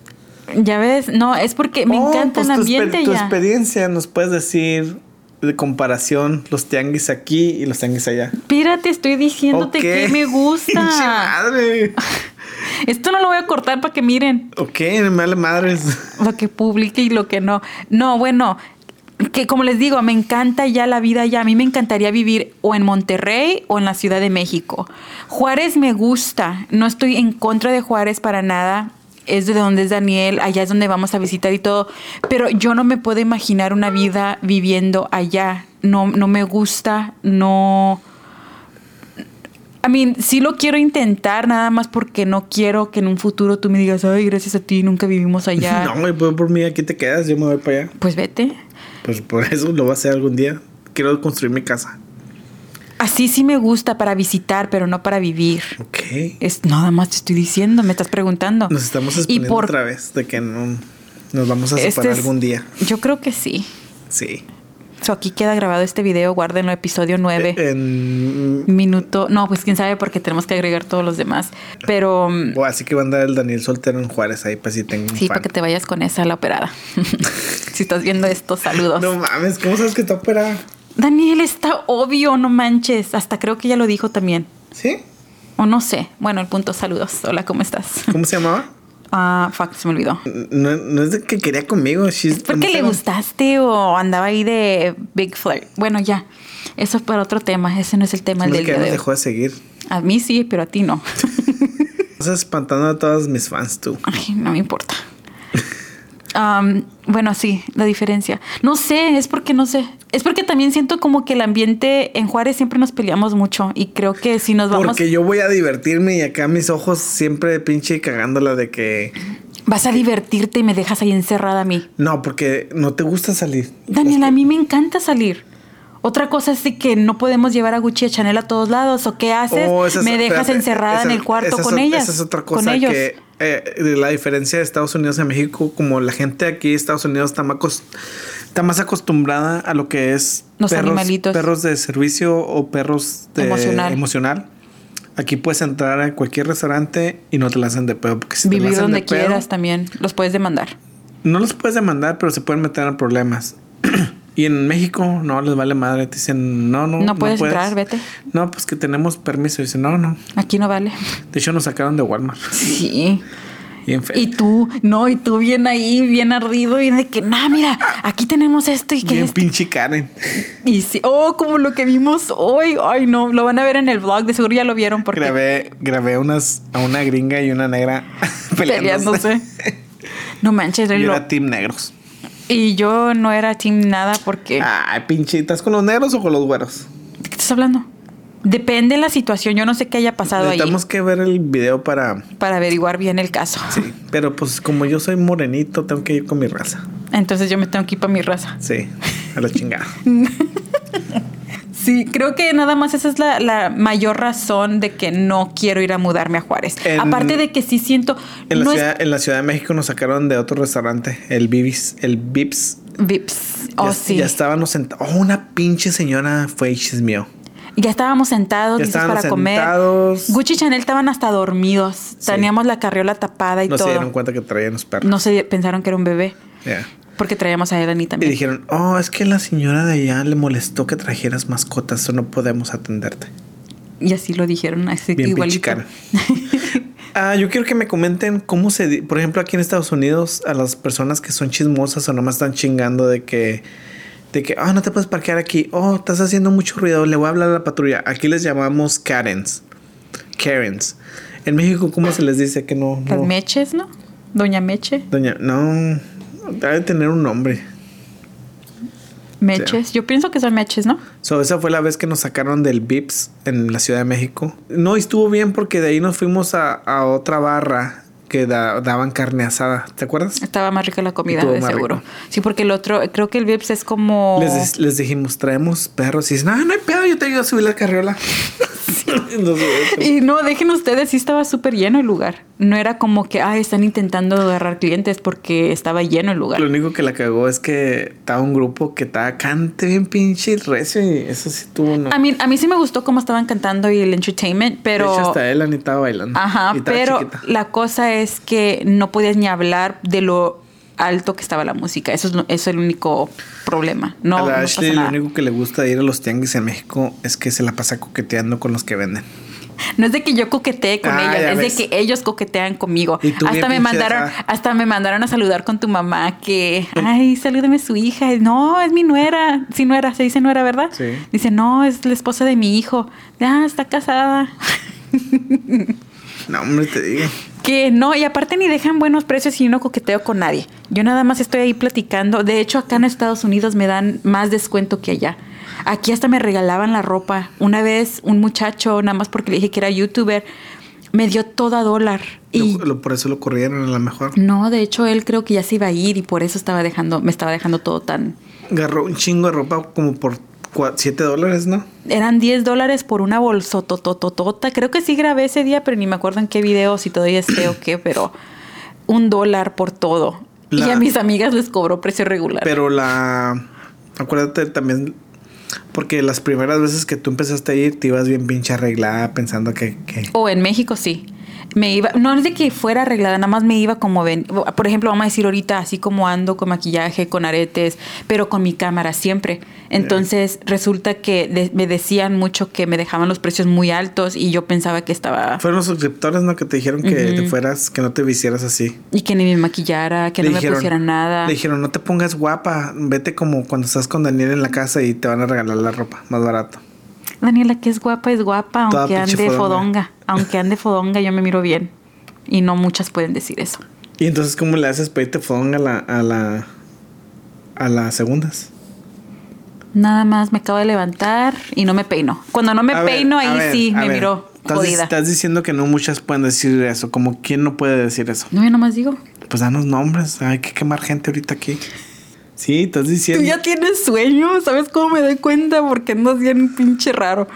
S2: ya ves, no, es porque me
S1: Oh,
S2: encanta
S1: pues
S2: el
S1: tu exper-
S2: ambiente
S1: Tu
S2: allá.
S1: experiencia, nos puedes decir de comparación los tianguis aquí y los tianguis allá.
S2: Espérate, estoy diciéndote
S1: Ok.
S2: que me
S1: Pinche
S2: gusta.
S1: madre.
S2: Esto no lo voy a cortar para que miren
S1: Ok, me vale madres.
S2: lo que publique y lo que no. No, bueno, que como les digo, me encanta ya la vida allá. A mí me encantaría vivir o en Monterrey o en la Ciudad de México. Juárez me gusta. No estoy en contra de Juárez para nada. Es de donde es Daniel, allá es donde vamos a visitar y todo. Pero yo no me puedo imaginar una vida viviendo allá. No, no me gusta, no I mean, sí lo quiero intentar, nada más porque no quiero que en un futuro tú me digas, ay, gracias a ti nunca vivimos allá.
S1: No, güey, pues por mí aquí te quedas, yo me voy para allá.
S2: Pues vete.
S1: Pues por eso lo voy a hacer algún día. Quiero construir mi casa.
S2: Así sí me gusta para visitar, pero no para vivir.
S1: Ok.
S2: Es nada más te estoy diciendo, me estás preguntando.
S1: Nos estamos exponiendo
S2: por-
S1: otra vez de que no, nos vamos a separar
S2: Este es-
S1: algún día.
S2: Yo creo que sí.
S1: Sí.
S2: So, aquí queda grabado este video, guárdenlo, episodio 9.
S1: Eh, En- mm,
S2: Minuto. No, pues quién sabe porque tenemos que agregar todos los demás. Pero mm,
S1: o así que va a andar el Daniel soltero en Juárez ahí, pues si tengo un
S2: sí,
S1: fan.
S2: para que te vayas con esa a la operada. si estás viendo esto, saludos.
S1: No mames, ¿cómo sabes que está operada?
S2: Daniel, está obvio, no manches. Hasta creo que ya lo dijo también.
S1: ¿Sí?
S2: O no sé. Bueno, el punto, saludos. Hola, ¿cómo estás?
S1: ¿Cómo se llamaba?
S2: Ah, fuck, se me olvidó.
S1: No, no es de que quería conmigo. she's-
S2: ¿Es porque
S1: ¿cómo se
S2: le
S1: llama?
S2: gustaste o andaba ahí de Big Flirt? Bueno, ya. Eso es para otro tema. Ese no es el tema
S1: Se me hace
S2: del
S1: que
S2: día
S1: ya nos
S2: de hoy.
S1: dejó de seguir.
S2: A mí sí, pero a ti no.
S1: Estás espantando a todas mis fans, tú.
S2: Ay, no me importa. Am, bueno, sí, la diferencia. No sé, es porque no sé. Es porque también siento como que el ambiente en Juárez siempre nos peleamos mucho y creo que si nos vamos...
S1: Porque yo voy a divertirme y acá mis ojos siempre pinche cagándola de que
S2: Vas a divertirte y me dejas ahí encerrada a mí.
S1: no, porque no te gusta salir.
S2: Daniel, a mí me encanta salir. Otra cosa es de que no podemos llevar a Gucci y a Chanel a todos lados. ¿O qué haces?
S1: Oh, esa es-
S2: me dejas
S1: espérate,
S2: encerrada
S1: esa-
S2: en el cuarto
S1: esa es
S2: con
S1: o-
S2: ellas.
S1: Esa es otra cosa
S2: con ellos.
S1: que eh, de la diferencia de Estados Unidos a México, como la gente aquí de Estados Unidos está más, acos- está más acostumbrada a lo que es
S2: Los animalitos.
S1: perros de servicio o perros de
S2: Emocional.
S1: emocional. Aquí puedes entrar a cualquier restaurante y no te la hacen de pedo. Porque si te la
S2: Vivir
S1: hacen
S2: donde
S1: de pedo,
S2: quieras también. Los puedes demandar.
S1: No los puedes demandar, pero se pueden meter en problemas. y en México no les vale madre. Te dicen, no, no.
S2: No puedes entrar, vete.
S1: No, pues que tenemos permiso. Dicen, no, no.
S2: Aquí no vale.
S1: De hecho, nos sacaron de Walmart.
S2: Sí.
S1: Y en fe-
S2: Y tú, no, y tú bien ahí, bien ardido, y de que, nah, mira, aquí tenemos esto y que
S1: Bien
S2: esto".
S1: pinche Karen.
S2: Y sí, oh, como lo que vimos hoy, ay no, lo van a ver en el vlog, de seguro ya lo vieron porque
S1: Grabé, grabé unas, a una gringa y una negra peleándose.
S2: peleándose. No manches,
S1: Yo
S2: lo-
S1: era team negros.
S2: y yo no era team nada porque...
S1: Ay, pinche, ¿estás con los negros o con los güeros?
S2: ¿De qué estás hablando? Depende de la situación, yo no sé qué haya pasado ahí
S1: Necesitamos que ver el video para...
S2: para averiguar bien el caso.
S1: Sí, pero pues como yo soy morenito, tengo que ir con mi raza.
S2: Entonces yo me tengo que ir para mi raza.
S1: Sí, a la chingada.
S2: Sí, creo que nada más esa es la, la mayor razón de que no quiero ir a mudarme a Juárez.
S1: En-
S2: Aparte de que sí siento...
S1: En la,
S2: no es-
S1: ciudad, en la Ciudad de México nos sacaron de otro restaurante, el Bibis, el Bips.
S2: Vips. Oh,
S1: ya,
S2: sí.
S1: ya
S2: Ya,
S1: estábamos sentados. Oh, una pinche señora fue y chismeó.
S2: estábamos sentados,
S1: Ya
S2: listos
S1: estábamos
S2: para comer.
S1: sentados.
S2: Gucci y Chanel estaban hasta dormidos. Teníamos la carriola tapada y
S1: No
S2: todo.
S1: se dieron cuenta que traían los perros.
S2: no se di- pensaron que era un bebé.
S1: Ya.
S2: Porque traíamos a Elani
S1: Y
S2: también.
S1: dijeron, oh, es que la señora de allá le molestó que trajeras mascotas, eso no podemos atenderte.
S2: Y así lo dijeron, así
S1: Bien pinche
S2: igualito.
S1: cara. Ah, yo quiero que me comenten cómo se, di- por ejemplo, aquí en Estados Unidos, a las personas que son chismosas o nomás están chingando de que, de que, ah, no te puedes parquear aquí, oh, estás haciendo mucho ruido, le voy a hablar a la patrulla. Aquí les llamamos Karens. Karens. En México, ¿cómo se les dice que no?
S2: Las
S1: no?
S2: Meches, ¿no? Doña Meche.
S1: Doña, no, debe tener un nombre.
S2: Meches. Yo pienso que son Meches, ¿no?
S1: So, esa fue la vez que nos sacaron del Vips en la Ciudad de México. No, y estuvo bien porque de ahí nos fuimos a, a otra barra que da- daban carne asada. ¿Te acuerdas?
S2: Estaba más rica la comida,
S1: Estuvo
S2: de
S1: más
S2: seguro.
S1: rico.
S2: Sí, porque el otro, creo que el Vips es como...
S1: Les, les dijimos, traemos perros. Y dicen, ah, no hay pedo, yo te ayudo a subir la carriola. Nos subimos.
S2: Y no, dejen ustedes, sí estaba súper lleno el lugar. No era como que, ay, están intentando agarrar clientes porque estaba lleno el lugar.
S1: Lo único que la cagó es que estaba un grupo que estaba cante bien pinche recio y eso sí tuvo no.
S2: A mí, a mí sí me gustó cómo estaban cantando y el entertainment, pero...
S1: De hecho, hasta él ni estaba bailando.
S2: Ajá,
S1: Y estaba
S2: pero
S1: chiquita.
S2: la cosa es que no podías ni hablar de lo alto que estaba la música. Eso es, lo- eso es el único problema. No,
S1: a
S2: no
S1: la
S2: pasa
S1: Ashley lo
S2: nada.
S1: único que le gusta ir a los tianguis en México es que se la pasa coqueteando con los que venden.
S2: No es de que yo coqueteé con
S1: Ah, ya
S2: ellos, es
S1: ves.
S2: de que ellos coquetean conmigo.
S1: Y tú bien
S2: Hasta
S1: pinche
S2: me mandaron,
S1: esa.
S2: hasta me mandaron a saludar con tu mamá que, ay, salúdame su hija. No, es mi nuera. Sí, nuera, se dice nuera, ¿verdad?
S1: Sí.
S2: Dice, no, es la esposa de mi hijo. Ah, está casada.
S1: No, hombre, te digo.
S2: que no, y aparte ni dejan buenos precios y no coqueteo con nadie. Yo nada más estoy ahí platicando. De hecho, acá en Estados Unidos me dan más descuento que allá. Aquí hasta me regalaban la ropa. Una vez un muchacho, nada más porque le dije que era youtuber, me dio toda dólar. Y
S1: Lo- lo- por eso lo corrieron a lo mejor.
S2: no, de hecho él creo que ya se iba a ir y por eso estaba dejando, me estaba dejando todo tan...
S1: Agarró un chingo de ropa como por 7 dólares, ¿no?
S2: Eran 10 dólares por una bolsotototota. Creo que sí grabé ese día, pero ni me acuerdo en qué video, si todavía esté o qué, pero un dólar por todo. Y
S1: La-
S2: a mis amigas les cobró precio regular.
S1: Pero la. Acuérdate también. Porque las primeras veces que tú empezaste a ir, te ibas bien pinche arreglada pensando que. que-
S2: O en México sí. Me iba, no es de que fuera arreglada, nada más me iba como ven. Por ejemplo, vamos a decir ahorita, así como ando con maquillaje, con aretes, pero con mi cámara siempre. Entonces resulta que de- me decían mucho que me dejaban los precios muy altos y yo pensaba que estaba.
S1: Fueron los suscriptores, ¿no? Que te dijeron que te fueras, que no te vistieras así.
S2: Y que ni me maquillara, que
S1: Le
S2: no me pusiera nada.
S1: Le dijeron, no te pongas guapa, vete como cuando estás con Daniel en la casa y te van a regalar la ropa más barato.
S2: Daniela, que es guapa, es guapa,
S1: Toda
S2: aunque
S1: pinche
S2: ande fodonga.
S1: fodonga.
S2: Aunque ande fodonga, yo me miro bien. Y no muchas pueden decir eso.
S1: Y entonces, ¿cómo le haces para irte fodonga a la, a la. a las segundas?
S2: Nada más me acabo de levantar y no me peino. Cuando no me
S1: A ver,
S2: peino,
S1: a
S2: ahí
S1: ver,
S2: sí
S1: a
S2: me
S1: ver.
S2: miró
S1: Estás,
S2: jodida.
S1: estás diciendo que no muchas pueden decir eso. Como, ¿quién no puede decir eso?
S2: No, yo nomás digo.
S1: Pues danos nombres. Hay que quemar gente ahorita aquí. Sí, estás
S2: Tú
S1: diciendo.
S2: ya tienes sueño, ¿sabes cómo me doy cuenta? Porque andas bien pinche raro.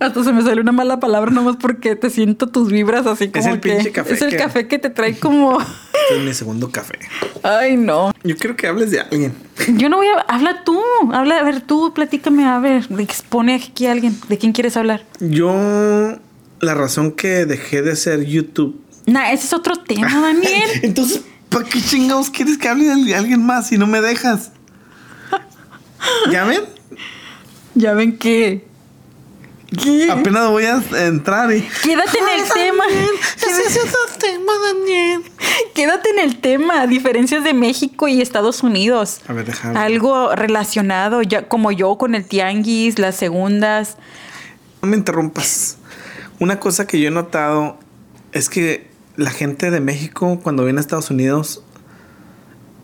S2: Hasta se me sale una mala palabra nomás porque te siento tus vibras así como
S1: el
S2: que
S1: pinche café
S2: es el
S1: que-
S2: café que te trae como
S1: Este es mi segundo café.
S2: ay no.
S1: Yo quiero que hables de alguien.
S2: Yo no voy a habla tú, habla a ver tú, platícame a ver, expone aquí a alguien, ¿de quién quieres hablar?
S1: Yo. La razón que dejé de hacer YouTube.
S2: Nah, ese es otro tema, Daniel.
S1: Entonces, ¿para qué chingados quieres que hable de alguien más si no me dejas? ¿Ya ven?
S2: ya ven que ¿Qué?
S1: Apenas voy a entrar y.
S2: Quédate en el tema.
S1: Ese es otro tema, Daniel.
S2: Quédate en el tema. Diferencias de México y Estados Unidos.
S1: A ver, déjame.
S2: Algo relacionado, ya, como yo con el tianguis, las segundas.
S1: No me interrumpas. Una cosa que yo he notado es que la gente de México cuando viene a Estados Unidos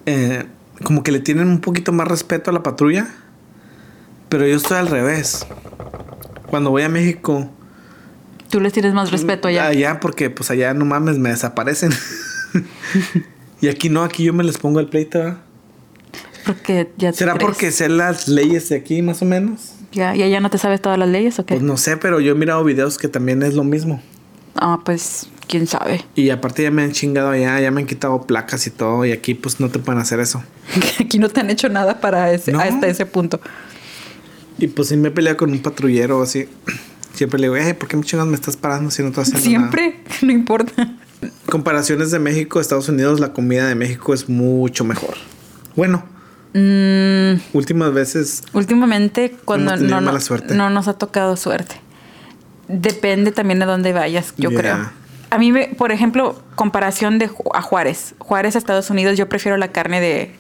S1: eh, como que le tienen un poquito más respeto a la patrulla, pero yo estoy al revés. Cuando voy a México,
S2: Tú les tienes más respeto allá.
S1: allá porque pues allá no mames me desaparecen. y aquí no, aquí yo me les pongo el pleito. ¿verdad?
S2: Porque ya te
S1: ¿Será
S2: crees.
S1: porque sé las leyes de aquí más o menos?
S2: Ya, ¿Y allá no te sabes todas las leyes o qué?
S1: Pues no sé, pero yo he mirado videos que también es lo mismo.
S2: Ah, pues quién sabe.
S1: Y aparte ya me han chingado allá, ya me han quitado placas y todo, y aquí pues no te pueden hacer eso.
S2: Aquí no te han hecho nada para ese,
S1: No.
S2: hasta ese punto.
S1: Y pues si me he peleado con un patrullero o así, siempre le digo, "Ey, ¿por qué me chingas me estás parando si no te haciendo nada?"
S2: Siempre, no importa.
S1: Comparaciones de México, Estados Unidos, la comida de México es mucho mejor. Bueno,
S2: Mm,
S1: últimas veces
S2: Últimamente, cuando
S1: tenido
S2: no, no-
S1: mala suerte.
S2: no nos ha tocado suerte. Depende también de dónde vayas, yo
S1: Ya.
S2: creo. A mí, me- por ejemplo, comparación de Ju- a Juárez. Juárez a Estados Unidos, yo prefiero la carne de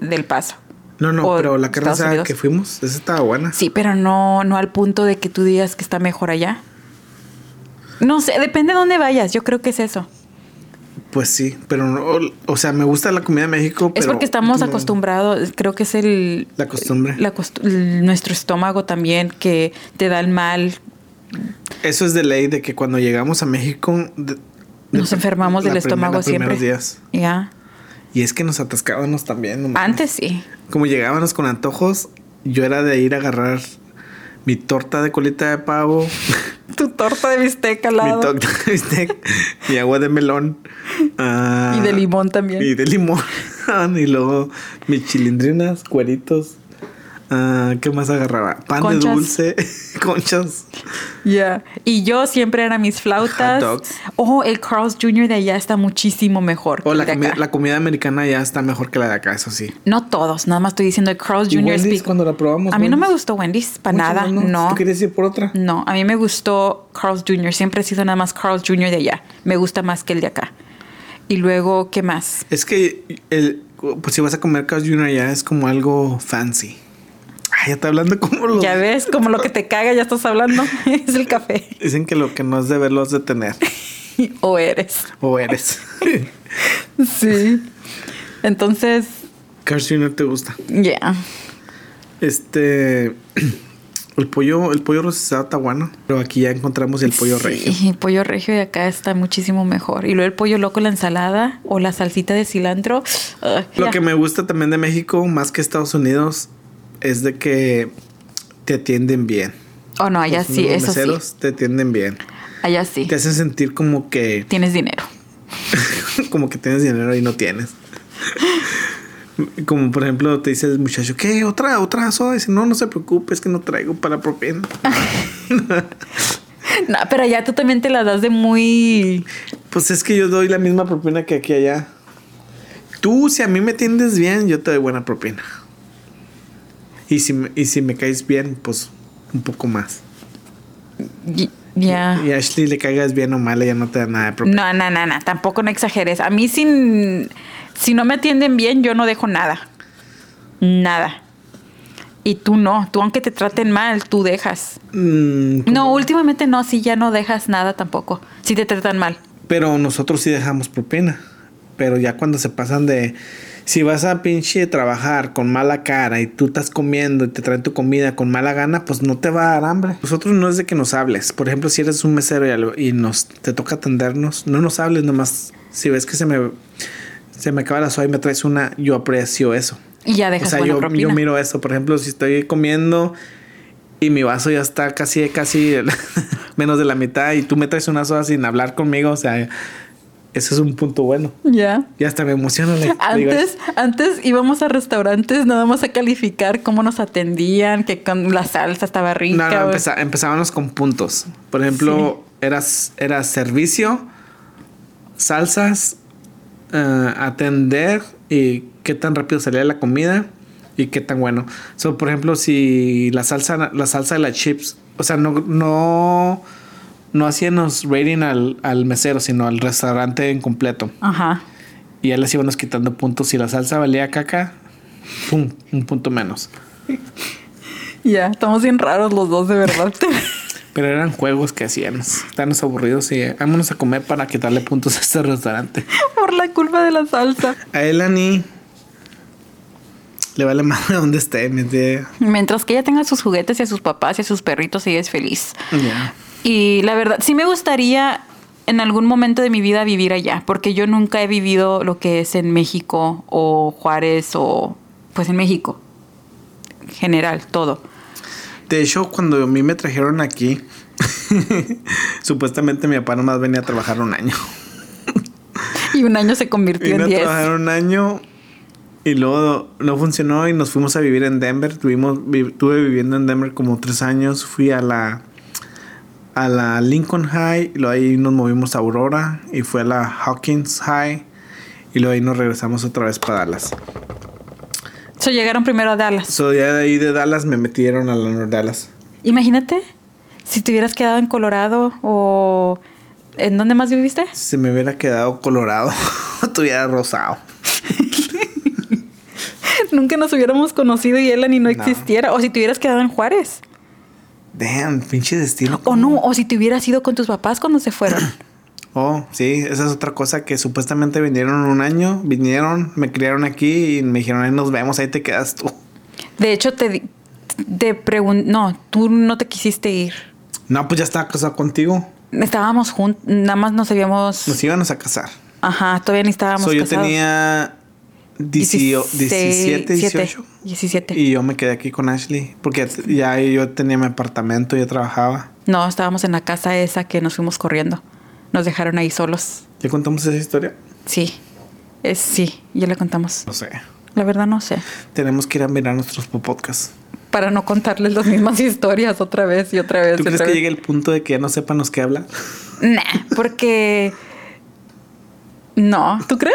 S2: del paso.
S1: no, no,
S2: O
S1: pero la carne
S2: Estados
S1: asada
S2: Unidos.
S1: que fuimos, esa estaba buena.
S2: Sí, pero no, no al punto de que tú digas que está mejor allá. No sé, depende de dónde vayas, yo creo que es eso.
S1: Pues sí, pero no, o, o sea, me gusta la comida de México,
S2: es
S1: pero
S2: porque estamos
S1: no-
S2: acostumbrados, creo que es el...
S1: La costumbre.
S2: la costu- nuestro estómago también que te da el mal
S1: Eso es de ley de que cuando llegamos a México de-
S2: Nos
S1: de-
S2: enfermamos
S1: la
S2: del
S1: primer-
S2: estómago
S1: los primeros
S2: siempre.
S1: días. Mm.
S2: Ya.
S1: Y es que nos atascábamos también. no mames.
S2: Antes sí.
S1: Como llegábamos con antojos, yo era de ir a agarrar mi torta de colita de pavo,
S2: Tu torta de bistec al
S1: mi
S2: lado.
S1: torta de bistec, mi agua de melón. ah,
S2: Y de limón también.
S1: Y de limón. y luego mis chilindrinas, cueritos. ah, ¿Qué más agarraba? Pan de
S2: Conchas.
S1: dulce, conchas.
S2: Ya. Y yo siempre era mis flautas.
S1: Hot dogs.
S2: Oh, el Carl's Jr. de allá está muchísimo mejor.
S1: O
S2: que
S1: la,
S2: el de
S1: comi-
S2: acá.
S1: la comida americana ya está mejor que la de acá, eso sí.
S2: No todos, nada más estoy diciendo el Carl's
S1: ¿Y
S2: Jr. es
S1: Wendy's
S2: pico.
S1: cuando la probamos?
S2: A mí no me
S1: Wendy's?
S2: gustó Wendy's, para
S1: Mucho
S2: nada.
S1: menos.
S2: No.
S1: ¿Tú quieres ir por otra?
S2: No, a mí me gustó Carl's Jr. Siempre he sido nada más Carl's Jr. de allá. Me gusta más que el de acá. Y luego, ¿qué más?
S1: Es que el, pues si vas a comer Carl's Jr. ya es como algo fancy. Ay, ya está hablando como los.
S2: Ya ves, como lo que te caga, ya estás hablando. es el café.
S1: Dicen que lo que no es de verlo es de tener.
S2: o eres.
S1: O eres.
S2: Sí. Entonces,
S1: Casi no te gusta.
S2: ya.
S1: Este. El pollo, el pollo rostizado está bueno. Pero aquí ya encontramos el pollo regio.
S2: Sí, el pollo regio de acá está muchísimo mejor. Y luego el pollo loco, la ensalada o la salsita de cilantro. ah,
S1: Lo
S2: ya.
S1: que me gusta también de México, más que Estados Unidos, es de que te atienden bien.
S2: Oh, no, allá
S1: Los-
S2: sí,
S1: los
S2: eso sí.
S1: meseros te atienden bien.
S2: Allá sí.
S1: Te hacen sentir como que,
S2: Tienes dinero.
S1: como que tienes dinero y no tienes. Como por ejemplo te dice el muchacho, ¿qué? ¿Otra? ¿Otra soda? Dice, no, no se preocupe, es que no traigo para propina.
S2: No, pero allá tú también te la das de muy.
S1: Pues es que yo doy la misma propina que aquí allá. Tú, si a mí me tiendes bien, yo te doy buena propina. Y si, me- y si me caes bien, pues un poco más.
S2: y- Ya.
S1: Y a Ashley le caigas bien o mal, ella no te da nada de propina.
S2: No, no, no, no. Tampoco no exageres. A mí, sin, si no me atienden bien, yo no dejo nada. Nada. Y tú no. Tú, aunque te traten mal, tú dejas.
S1: Mm,
S2: No, últimamente no. Sí, ya no dejas nada tampoco. Si te tratan mal.
S1: pero nosotros sí dejamos propina. Pero ya cuando se pasan de. Si vas a pinche trabajar con mala cara y tú estás comiendo y te traen tu comida con mala gana, pues no te va a dar hambre. Nosotros no es de que nos hables. Por ejemplo, si eres un mesero y, algo- y nos te toca atendernos, no nos hables nomás. Si ves que se me se me acaba la soda y me traes una, yo aprecio eso.
S2: Y ya
S1: O
S2: dejas
S1: sea,
S2: buena
S1: yo,
S2: propina.
S1: yo miro eso. Por ejemplo, si estoy comiendo y mi vaso ya está casi, casi el- menos de la mitad y tú me traes una soda sin hablar conmigo, o sea, ese es un punto bueno.
S2: Ya.
S1: Y hasta me emociona. le- le digo,
S2: Antes, antes íbamos a restaurantes nada más a calificar cómo nos atendían, que con la salsa estaba
S1: no,
S2: rica.
S1: no,
S2: o-
S1: empeza- empezábamos con puntos. Por ejemplo, eras, era servicio, salsas, eh, atender y qué tan rápido salía la comida y qué tan bueno. So, por ejemplo, si la salsa, la salsa de las chips, o sea, no, no, no hacíamos rating al, al mesero, sino al restaurante en completo.
S2: Ajá.
S1: Y ya les íbamos quitando puntos. Si la salsa valía caca, pum, un punto menos.
S2: Ya, estamos bien raros los dos, de verdad.
S1: Pero eran juegos que hacíamos. Estábamos aburridos y eh, vámonos a comer para quitarle puntos a este restaurante.
S2: Por la culpa de la salsa.
S1: A Elani le vale más a donde esté. me entiende?
S2: Mientras que ella tenga sus juguetes y a sus papás y a sus perritos, ella es feliz.
S1: Ya.
S2: Y la verdad, sí me gustaría en algún momento de mi vida vivir allá, porque yo nunca he vivido lo que es en México o Juárez o pues en México. General, todo.
S1: De hecho, cuando a mí me trajeron aquí, supuestamente mi papá nomás venía a trabajar un año.
S2: Y un año se convirtió
S1: Vino
S2: en
S1: a
S2: 10.
S1: trabajar un año y luego no funcionó y nos fuimos a vivir en Denver. Tuvimos, vi- estuve viviendo en Denver como tres años. Fui a la a la Lincoln High, y luego ahí nos movimos a Aurora y fue a la Hawkins High y luego ahí nos regresamos otra vez para Dallas.
S2: So, llegaron primero a Dallas.
S1: So, ya de ahí de Dallas me metieron a la North Dallas.
S2: Imagínate si te hubieras quedado en Colorado o... ¿En dónde más viviste?
S1: Si me hubiera quedado colorado, estuviera rosado.
S2: Nunca nos hubiéramos conocido y Ella ni no
S1: No.
S2: existiera. O si te hubieras quedado en Juárez.
S1: Damn, pinche destino.
S2: O no, o si te hubieras ido con tus papás cuando se fueron.
S1: Oh, sí, esa es otra cosa que supuestamente vinieron un año, vinieron, me criaron aquí y me dijeron, ahí nos vemos, ahí te quedas tú.
S2: De hecho, te, di- te pregunté... No, tú no te quisiste ir.
S1: No, pues ya estaba casado contigo,
S2: Estábamos juntos, nada más nos habíamos...
S1: nos íbamos a casar.
S2: Ajá, todavía ni estábamos
S1: So, yo
S2: casados.
S1: tenía diecio- 17, 18
S2: 17.
S1: y yo me quedé aquí con Ashley porque ya yo tenía mi apartamento, yo trabajaba.
S2: No, estábamos en la casa esa que nos fuimos corriendo. Nos dejaron ahí solos.
S1: ¿Ya contamos esa historia?
S2: Sí, es sí, ya le contamos.
S1: No sé.
S2: La verdad no sé.
S1: Tenemos que ir a mirar nuestros podcasts.
S2: Para no contarles las mismas historias otra vez y otra vez.
S1: ¿Tú
S2: y
S1: crees
S2: otra
S1: que
S2: vez.
S1: llegue el punto de que ya no sepan los que hablan?
S2: Nah, porque no. ¿Tú crees?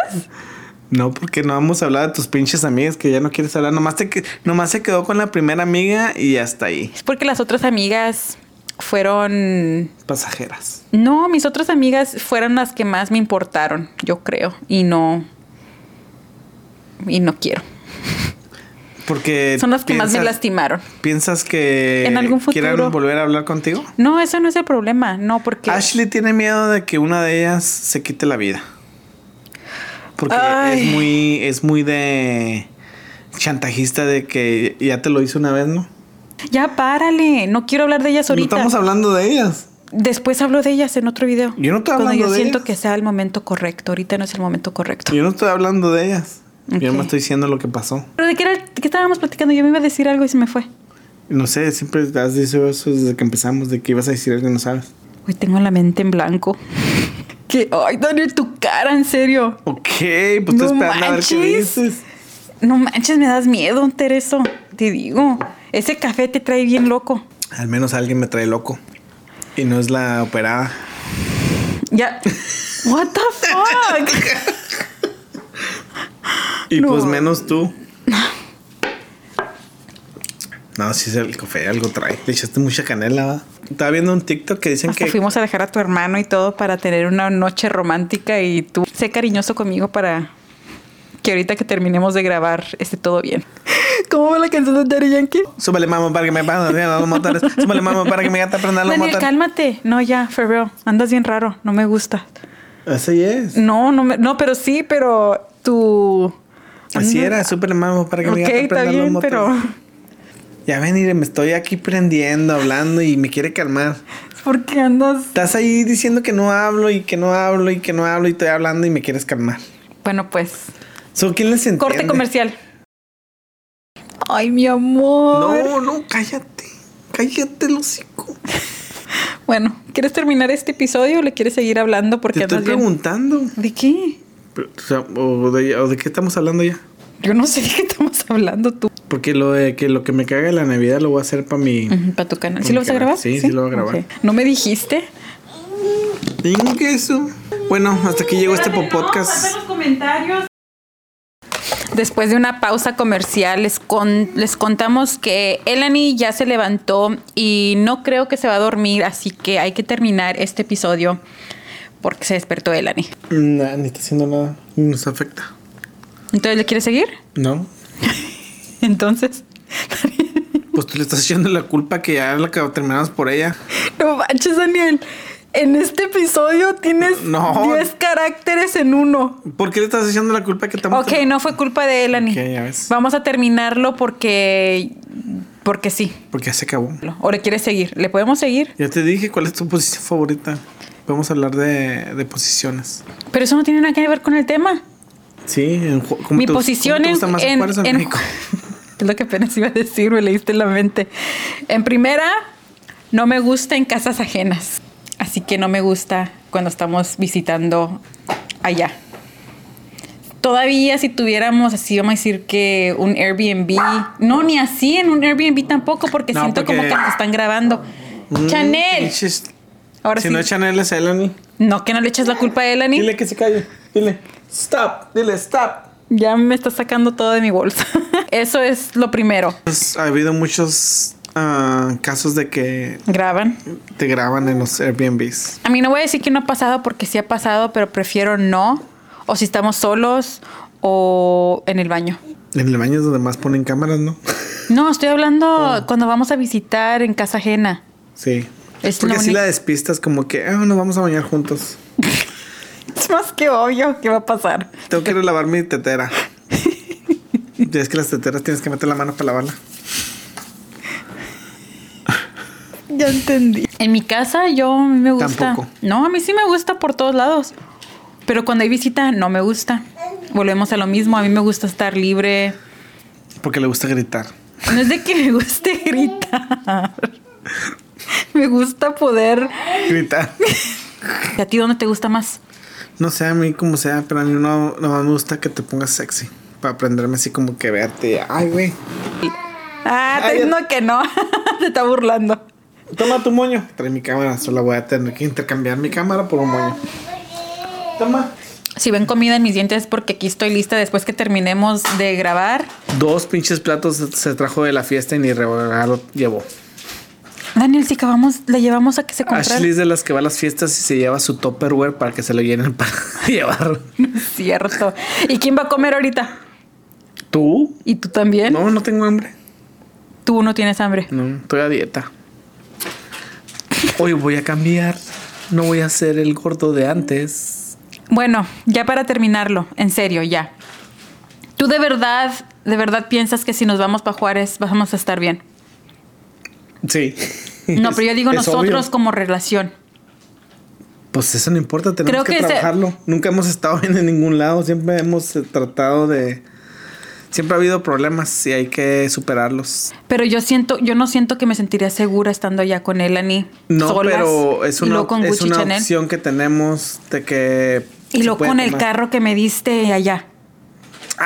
S1: No, porque no hemos hablado de tus pinches amigas que ya no quieres hablar. Nomás, te, que- nomás se quedó con la primera amiga y hasta ahí.
S2: Es porque las otras amigas fueron.
S1: Pasajeras.
S2: No, mis otras amigas fueron las que más me importaron, yo creo, y no. Y no quiero.
S1: Porque.
S2: Son las que más me
S1: piensas-
S2: lastimaron.
S1: ¿Piensas que
S2: En algún futuro.
S1: quieran volver a hablar contigo?
S2: No, eso no es el problema. No, porque.
S1: Ashley tiene miedo de que una de ellas se quite la vida. Porque
S2: Ay.
S1: es muy, es muy de chantajista de que ya te lo hice una vez, ¿no?
S2: Ya párale. No quiero hablar de ellas
S1: No
S2: ahorita.
S1: estamos hablando de ellas.
S2: Después hablo de ellas en otro video.
S1: Yo no estoy
S2: Cuando
S1: hablando
S2: yo
S1: de
S2: siento
S1: ellas.
S2: que sea el momento correcto. Ahorita no es el momento correcto.
S1: Yo no estoy hablando de ellas. Yo
S2: Ok.
S1: me estoy diciendo lo que pasó.
S2: ¿Pero de qué, era- de qué estábamos platicando? Yo me iba a decir algo y se me fue.
S1: No sé, siempre has dicho eso desde que empezamos, de que ibas a decir algo que no sabes.
S2: Hoy tengo la mente en blanco. Que, ay, Daniel, tu cara, en serio.
S1: Ok, pues estoy
S2: No
S1: esperando a ver qué
S2: manches.
S1: dices.
S2: No manches, me das miedo, Tereso. Te digo, ese café te trae bien loco.
S1: Al menos alguien me trae loco. Y no es la operada.
S2: Ya. What the fuck?
S1: Y
S2: No.
S1: pues menos tú. No, sí, es el café algo trae. Le echaste mucha canela, ¿va? Estaba viendo un TikTok que dicen
S2: Hasta
S1: que.
S2: fuimos a dejar a tu hermano y todo para tener una noche romántica y tú sé cariñoso conmigo para que ahorita que terminemos de grabar esté todo bien. ¿Cómo va la canción de Daddy Yankee?
S1: Súbale mamá para que me paguen los motores. Súbale mamá para que me gata prenda los
S2: Daniel,
S1: motores.
S2: cálmate. No, ya, for real. Andas bien raro. No me gusta.
S1: Así es.
S2: No, no, me- no, pero sí, pero tú...
S1: Así era. Súbale mamá para que
S2: Ok,
S1: me gata
S2: está
S1: prenda los
S2: bien,
S1: motores.
S2: pero...
S1: Ya ven, mire, me estoy aquí prendiendo, hablando y me quiere calmar.
S2: ¿Por qué andas...?
S1: Estás ahí diciendo que no hablo y que no hablo y que no hablo y estoy hablando y me quieres calmar.
S2: Bueno, pues...
S1: So, ¿Quién les entiende?
S2: Corte comercial. Ay, mi amor.
S1: No, no, cállate. Cállate, el hocico.
S2: Bueno, ¿quieres terminar este episodio o le quieres seguir hablando?
S1: Te
S2: Porque
S1: estoy
S2: andas bien-
S1: preguntando.
S2: ¿De qué?
S1: Pero, o, sea, o de, o de qué estamos hablando ya?
S2: Yo no sé de qué estamos hablando tú.
S1: Porque lo de que lo que me caga de la Navidad lo voy a hacer para mi.
S2: Para tu canal.
S1: Para
S2: ¿Sí lo
S1: mi
S2: vas a
S1: canal.
S2: grabar?
S1: Mm. Sí, sí lo voy a grabar.
S2: Ok. ¿No me dijiste?
S1: Tengo que eso. Bueno, hasta aquí llegó este po-
S2: pues,
S1: podcast.
S2: comentarios. Después de una pausa comercial, les, con- les contamos que Elani ya se levantó y no creo que se va a dormir, así que hay que terminar este episodio porque se despertó Elani.
S1: Nah, Mm, ah, ni está haciendo nada. Ni nos afecta.
S2: Entonces, ¿le quieres seguir?
S1: No.
S2: Entonces,
S1: Pues tú le estás echando la culpa que ya la que terminamos por ella.
S2: no manches, Daniel. En este episodio tienes
S1: No.
S2: 10 caracteres en uno.
S1: ¿Por qué le estás echando la culpa que estamos
S2: Ok, no fue culpa de Elani.
S1: Ok, ya ves.
S2: Vamos a terminarlo porque. Porque sí.
S1: Porque ya se acabó.
S2: ¿O le quieres seguir? ¿Le podemos seguir?
S1: Ya te dije cuál es tu posición favorita. Podemos hablar de, de posiciones.
S2: Pero eso no tiene nada que ver con el tema.
S1: Sí, en ju- ¿cómo
S2: Mi
S1: te- cómo
S2: posición
S1: te
S2: en,
S1: gusta más
S2: en-
S1: jugar en
S2: en-
S1: México?
S2: es lo que apenas iba a decir, me leíste en la mente. En primera, no me gusta en casas ajenas. Así que no me gusta cuando estamos visitando allá. Todavía si tuviéramos así, vamos a decir que un Airbnb, no, ni así en un Airbnb tampoco, porque
S1: No,
S2: siento como
S1: porque-
S2: que nos están grabando.
S1: Mm,
S2: Chanel.
S1: pinches.
S2: Ahora
S1: si
S2: sí.
S1: no es Chanel, es Elani.
S2: No, que no le eches la culpa a Elani.
S1: Dile que se calle. Dile, stop. Dile, stop.
S2: Ya me está sacando todo de mi bolsa. Eso es lo primero.
S1: Pues, ha habido muchos ah, casos de que
S2: Graban.
S1: te graban en los Airbnbs.
S2: A mí no voy a decir que no ha pasado porque sí ha pasado, pero prefiero no. O si estamos solos o en el baño.
S1: En el baño es donde más ponen cámaras, ¿no?
S2: No, estoy hablando cuando vamos a visitar en casa ajena.
S1: Sí.
S2: Es
S1: Porque
S2: la
S1: así
S2: única-
S1: la despistas como que, ah, nos vamos a bañar juntos.
S2: Es más que obvio que va a pasar.
S1: Tengo que ir a lavar mi tetera. Ya es que las teteras tienes que meter la mano para lavarla.
S2: Ya entendí. En mi casa yo a mí me gusta.
S1: Tampoco.
S2: No, a mí sí me gusta por todos lados. Pero cuando hay visita no me gusta. Volvemos a lo mismo. A mí me gusta estar libre.
S1: Porque le gusta gritar.
S2: No es de que me guste gritar. Me gusta poder.
S1: Gritar.
S2: ¿Y a ti dónde te gusta más?
S1: No sé, a mí como sea, pero a mí no, no me gusta que te pongas sexy. Para aprenderme así como que verte. Ay, güey.
S2: Ah,
S1: Ay,
S2: te diciendo que no. te está burlando.
S1: Toma tu moño. Trae mi cámara, solo voy a tener que intercambiar mi cámara por un moño. Toma.
S2: Si ven comida en mis dientes es porque aquí estoy lista después que terminemos de grabar.
S1: Dos pinches platos se trajo de la fiesta y ni regalo llevó.
S2: Daniel, si acabamos, le llevamos a que se comprara.
S1: Ashley es de las que va a las fiestas y se lleva su Tupperware para que se lo llenen para llevar.
S2: No es Cierto. ¿Y quién va a comer ahorita?
S1: ¿Tú?
S2: ¿Y tú también?
S1: No, no tengo hambre.
S2: Tú no tienes hambre.
S1: No, estoy a dieta. Hoy voy a cambiar. No voy a ser el gordo de antes.
S2: Bueno, ya para terminarlo, en serio, ya. ¿Tú de verdad, de verdad piensas que si nos vamos para Juárez vamos a estar bien?
S1: Sí.
S2: No,
S1: Es-
S2: pero yo digo
S1: es
S2: nosotros
S1: obvio.
S2: como relación.
S1: Pues eso no importa, tenemos
S2: Creo
S1: que,
S2: que ese-
S1: trabajarlo. Nunca hemos estado bien en ningún lado, siempre hemos eh, tratado de... Siempre ha habido problemas y hay que superarlos.
S2: Pero yo siento, yo no siento que me sentiría segura estando allá con él, Ani.
S1: No,
S2: solas,
S1: pero es
S2: y
S1: una,
S2: luego con
S1: es
S2: Gucci
S1: una
S2: Chanel,
S1: opción que tenemos de que...
S2: Y
S1: se
S2: luego
S1: puede
S2: con el
S1: tomar.
S2: carro que me diste allá.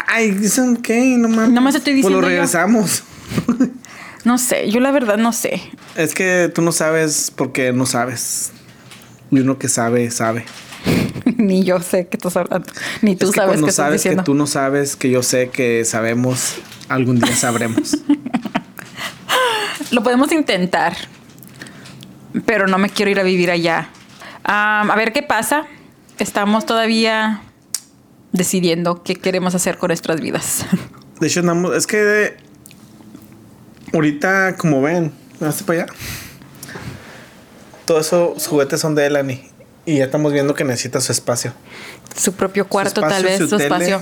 S1: Ay, dicen que no mames.
S2: Nomás estoy diciendo
S1: Pues
S2: yo.
S1: lo regresamos.
S2: No sé, yo la verdad no sé.
S1: Es que tú no sabes porque no sabes. Y uno que sabe, sabe.
S2: Ni yo sé qué estás hablando. Ni tú
S1: es que
S2: sabes
S1: cuando
S2: qué estás
S1: sabes
S2: diciendo.
S1: que tú no sabes, que yo sé que sabemos, algún día sabremos.
S2: Lo podemos intentar. Pero no me quiero ir a vivir allá. Am, a ver qué pasa. Estamos todavía decidiendo qué queremos hacer con nuestras vidas.
S1: De hecho, andamos- es que de- ahorita, como ven, hazte para allá. Todos esos juguetes son de Elani. Y ya estamos viendo que necesita su espacio.
S2: Su propio cuarto,
S1: Su espacio,
S2: tal vez, su,
S1: tele,
S2: espacio,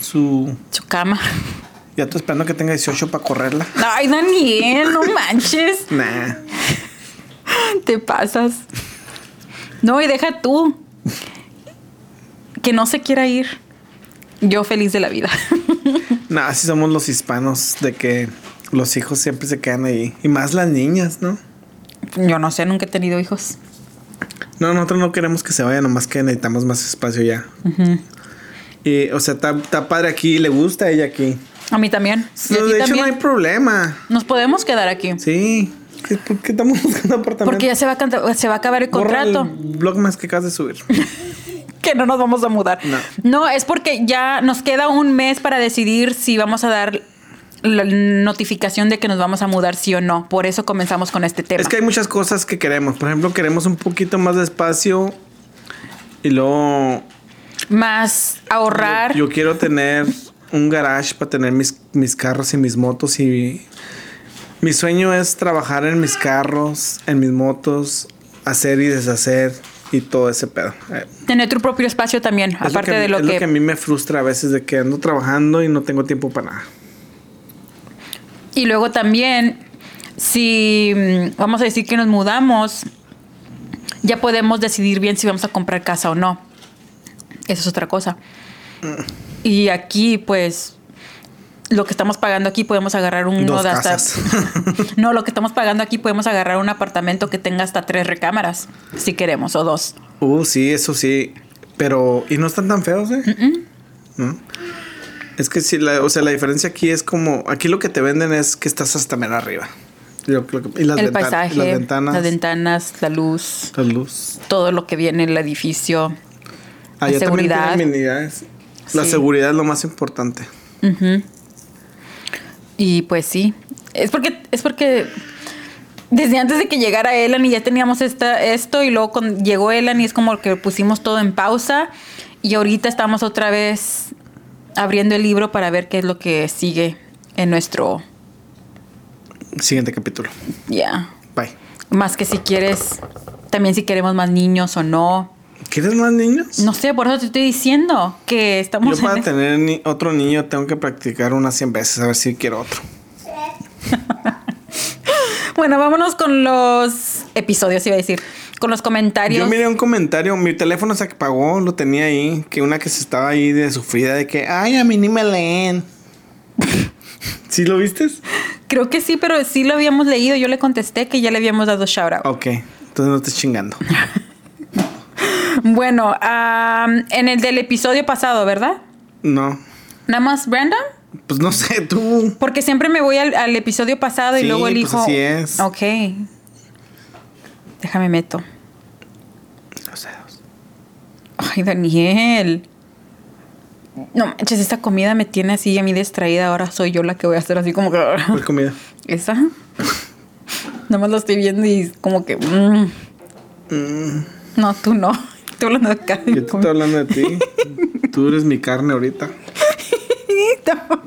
S1: Su.
S2: su cama.
S1: Ya estoy esperando que tenga 18 para correrla.
S2: Ay, Daniel, no manches.
S1: Nah.
S2: Te pasas. No, y deja tú. Que no se quiera ir. Yo feliz de la vida.
S1: Nah, así somos los hispanos, de que los hijos siempre se quedan ahí. Y más las niñas, ¿no?
S2: Yo no sé, nunca he tenido hijos.
S1: No, nosotros no queremos que se vayan, nomás que necesitamos más espacio ya. Y, o sea, está- está padre aquí, le gusta a ella aquí.
S2: A mí también. Y a
S1: No,
S2: ti
S1: de hecho,
S2: también.
S1: no hay problema.
S2: Nos podemos quedar aquí.
S1: Sí. ¿Qué- ¿Por qué estamos buscando apartamento?
S2: Porque ya se va a, canta- se va a acabar el
S1: Borra
S2: contrato.
S1: el blog más que acabas de subir.
S2: Que no nos vamos a mudar.
S1: No.
S2: es porque ya nos queda un mes para decidir si vamos a dar la notificación de que nos vamos a mudar sí o no. Por eso comenzamos con este tema.
S1: es que hay muchas cosas que queremos. Por ejemplo, queremos un poquito más de espacio. Y luego
S2: Más ahorrar.
S1: yo quiero tener un garage para tener mis, mis carros y mis motos. Y mi sueño es trabajar en mis carros, en mis motos, hacer y deshacer y todo ese pedo. Eh,
S2: Tener tu propio espacio también,
S1: es
S2: aparte de lo
S1: es
S2: que,
S1: lo que a mí me frustra a veces de que ando trabajando y no tengo tiempo para nada.
S2: Y luego también, si mm, vamos a decir que nos mudamos, ya podemos decidir bien si vamos a comprar casa o no. Eso es otra cosa. Y aquí, pues, lo que estamos pagando aquí podemos agarrar un
S1: Dos
S2: de hasta-
S1: casas.
S2: no, lo que estamos pagando aquí podemos agarrar un apartamento que tenga hasta tres recámaras, si queremos, o dos.
S1: Uh, sí, eso sí. Pero, y no están tan feos, ¿eh? No. Es que sí, la, o sea, la diferencia aquí es como, aquí lo que te venden es que estás hasta mera arriba. Yo creo que- y las
S2: El
S1: venta-
S2: paisaje,
S1: las ventanas,
S2: las
S1: las
S2: ventanas, la luz,
S1: luz.
S2: todo lo que viene en el edificio.
S1: Allá también tienen
S2: seguridad.
S1: amenidades. La
S2: Sí.
S1: seguridad es lo más importante.
S2: Ujú. Y pues sí, es porque es porque desde antes de que llegara Elan y ya teníamos esta, esto y luego con, llegó Elan y es como que pusimos todo en pausa y ahorita estamos otra vez abriendo el libro para ver qué es lo que sigue en nuestro
S1: Siguiente capítulo.
S2: ya.
S1: Bye.
S2: Más que si quieres también si queremos más niños o no.
S1: ¿Quieres más niños?
S2: No sé, por eso te estoy diciendo que estamos
S1: Yo para
S2: en-
S1: tener ni- otro niño tengo que practicar unas 100 veces a ver si quiero otro.
S2: Bueno, vámonos con los episodios, iba a decir, con los comentarios.
S1: Yo miré un comentario, mi teléfono se apagó, lo tenía ahí, que una que se estaba ahí de sufrida de que, ay, a mí ni me leen. ¿Sí lo viste?
S2: Creo que sí, pero sí lo habíamos leído. Yo le contesté que ya le habíamos dado shout out.
S1: Ok, entonces no estés chingando.
S2: Bueno, am, en el del episodio pasado, ¿verdad?
S1: No,
S2: Nada más Brandon,
S1: pues no sé, tú.
S2: porque siempre me voy al, al episodio pasado
S1: Sí,
S2: y luego
S1: pues
S2: elijo.
S1: así es.
S2: Ok. Déjame meto.
S1: Los dedos.
S2: Ay, Daniel. No manches, esta comida me tiene así a mí distraída. Ahora soy yo la que voy a hacer así como que.
S1: ¿Cuál comida?
S2: ¿Esa? Nada más lo estoy viendo y como que. mm.
S1: Mm.
S2: No, tú no. Tú lo de carne.
S1: Yo te estoy hablando de ti. Tú eres mi carne ahorita.
S2: Pobrecito.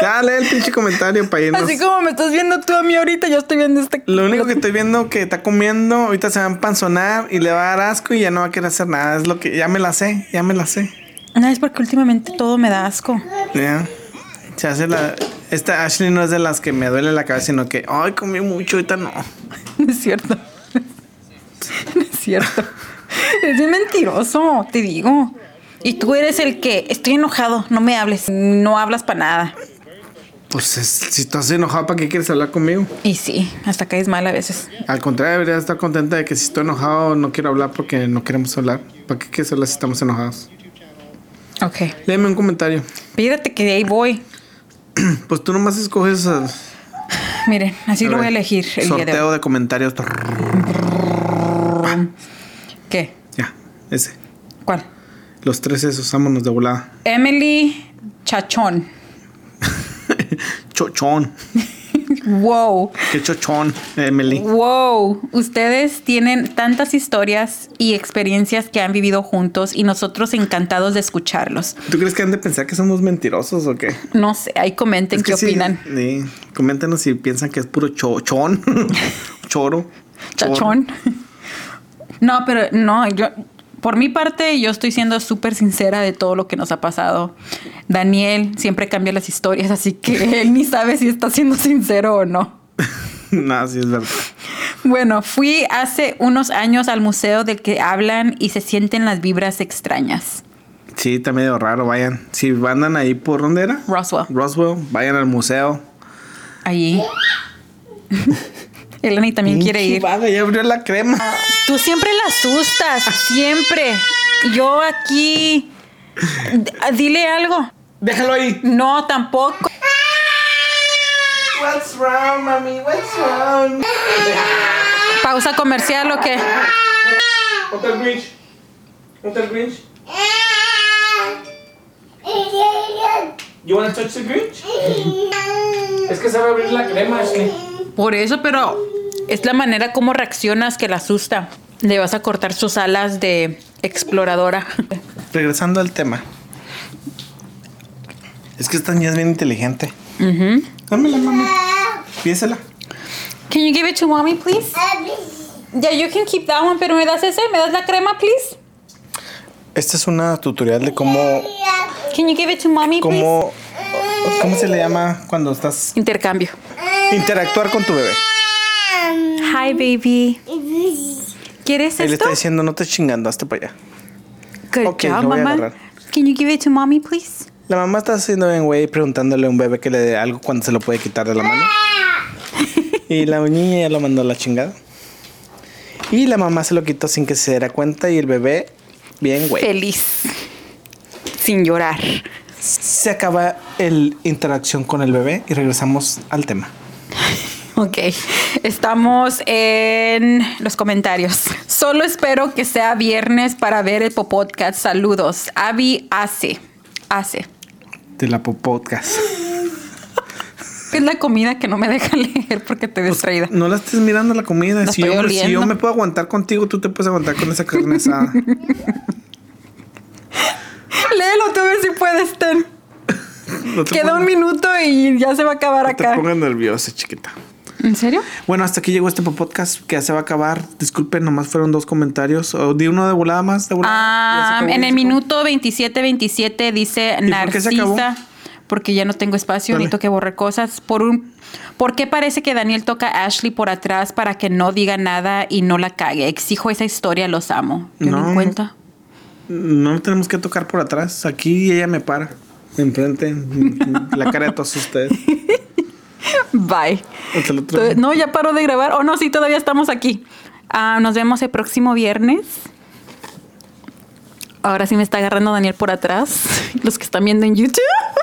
S1: Dale el pinche comentario para irnos.
S2: Así como me estás viendo tú a mí ahorita, yo estoy viendo este.
S1: Lo único que estoy viendo que está comiendo, ahorita se va a empanzonar y le va a dar asco y ya no va a querer hacer nada. Es lo que ya me la sé, ya me la sé.
S2: No, es porque últimamente todo me da asco.
S1: Ya. Se hace la. Esta Ashley no es de las que me duele la cabeza, sino que, ay, comí mucho, ahorita no.
S2: No es cierto. No es cierto. Es bien mentiroso, te digo. Y tú eres el que estoy enojado, no me hables, no hablas para nada.
S1: Pues es- si estás enojado, ¿para qué quieres hablar conmigo?
S2: Y sí, hasta caes mal a veces.
S1: Al contrario, deberías estar contenta de que si estoy enojado, no quiero hablar porque no queremos hablar. ¿Para qué quieres hablar si estamos enojados?
S2: Ok.
S1: Léeme un comentario.
S2: Pídate que de ahí voy.
S1: Pues tú nomás escoges. al-
S2: Miren, así lo voy a elegir el
S1: Sorteo
S2: día de hoy.
S1: de comentarios.
S2: ¿Qué?
S1: Ya, ese.
S2: ¿Cuál?
S1: Los tres esos, vámonos de volada.
S2: Emily Chachón.
S1: Chochón.
S2: Wow.
S1: Qué chochón, Emily.
S2: Wow, ustedes tienen tantas historias y experiencias que han vivido juntos y nosotros encantados de escucharlos.
S1: ¿Tú crees que han de pensar que somos mentirosos o qué?
S2: No sé, ahí comenten
S1: Es que
S2: qué
S1: sí,
S2: opinan.
S1: sí. Coméntenos si piensan que es puro chochón. Choro. Choro.
S2: Chachón. No, pero no, yo por mi parte yo estoy siendo súper sincera de todo lo que nos ha pasado. Daniel siempre cambia las historias, así que él ni sabe si está siendo sincero o no.
S1: no, sí es verdad.
S2: Bueno, fui hace unos años al museo del que hablan y se sienten las vibras extrañas.
S1: Sí, está medio raro, vayan. Si andan ahí por dónde era?
S2: Roswell,
S1: Roswell, vayan al museo.
S2: allí. Eleni también quiere
S1: Pinche
S2: ir. Ah.
S1: vaga, ya abrió la crema.
S2: Tú siempre la asustas, siempre. Yo aquí... D- Dile algo.
S1: Déjalo ahí.
S2: No, tampoco.
S1: What's wrong, mami? What's wrong?
S2: Pausa comercial o qué?
S1: Hotel Grinch. Hotel Grinch. You wanna touch the Grinch? Es que sabe abrir la crema, Ashley.
S2: Por eso, pero es la manera como reaccionas que la asusta. Le vas a cortar sus alas de exploradora.
S1: Regresando al tema. Es que esta niña es bien inteligente.
S2: Ujú.
S1: Dámela, mami. Piésela.
S2: Can you give it to mommy, please? Yeah, you can keep that one, pero me das ese, me das la crema, please.
S1: Esta es una tutorial de cómo.
S2: Can you give it to mommy, please?
S1: cómo. ¿Cómo se le llama cuando estás.
S2: Intercambio.
S1: interactuar con tu bebé?
S2: Hi, baby. ¿Quieres
S1: Él le
S2: esto?
S1: está diciendo, no te chingando, hasta para allá.
S2: Good
S1: Ok,
S2: job,
S1: lo voy a
S2: mamá.
S1: agarrar.
S2: Can you give it to mommy, please?
S1: La mamá está haciendo bien, güey, preguntándole a un bebé que le dé algo cuando se lo puede quitar de la mano. Y la niña ya lo mandó a la chingada. Y la mamá se lo quitó sin que se diera cuenta y el bebé, bien, güey.
S2: Feliz. Sin llorar.
S1: Se acaba el interacción con el bebé y regresamos al tema.
S2: Ok, estamos en los comentarios. Solo espero que sea viernes para ver el podcast. Saludos. Abby hace. Hace.
S1: De la po- podcast.
S2: Es la comida que no me deja leer porque estoy distraída.
S1: Pues, No la estés mirando la comida.
S2: La
S1: Si
S2: estoy
S1: yo, si yo
S2: oliendo.
S1: me puedo aguantar contigo, tú te puedes aguantar con esa carne asada.
S2: Léelo tú a ver si puedes, Ten.
S1: Pues, No te
S2: Queda un
S1: pongas-
S2: minuto y ya se va a acabar
S1: no te
S2: acá.
S1: pongas nerviosa, chiquita.
S2: ¿En serio?
S1: Bueno, hasta aquí llegó este podcast que ya se va a acabar. Disculpen, nomás fueron dos comentarios. O di uno de volada más, de volada. Ya se
S2: Ah,
S1: acabó,
S2: en
S1: ya
S2: el
S1: se acabó.
S2: minuto 27, 27 dice
S1: ¿Y por qué se acabó?
S2: Narcisa. Porque ya no tengo espacio,
S1: Dale.
S2: necesito que borre cosas. Por un, ¿Por qué parece que Daniel toca a Ashley por atrás para que no diga nada y no la cague? Exijo esa historia, los amo. Yo
S1: No,
S2: no,
S1: no.
S2: cuenta.
S1: No tenemos que tocar por atrás. Aquí ella me para. Enfrente. en la cara de todos ustedes.
S2: Bye.
S1: Hasta el otro.
S2: To- No, ya paró de grabar. Oh, no, sí, todavía estamos aquí. Ah, nos vemos el próximo viernes. Ahora sí me está agarrando Daniel por atrás. Los que están viendo en YouTube.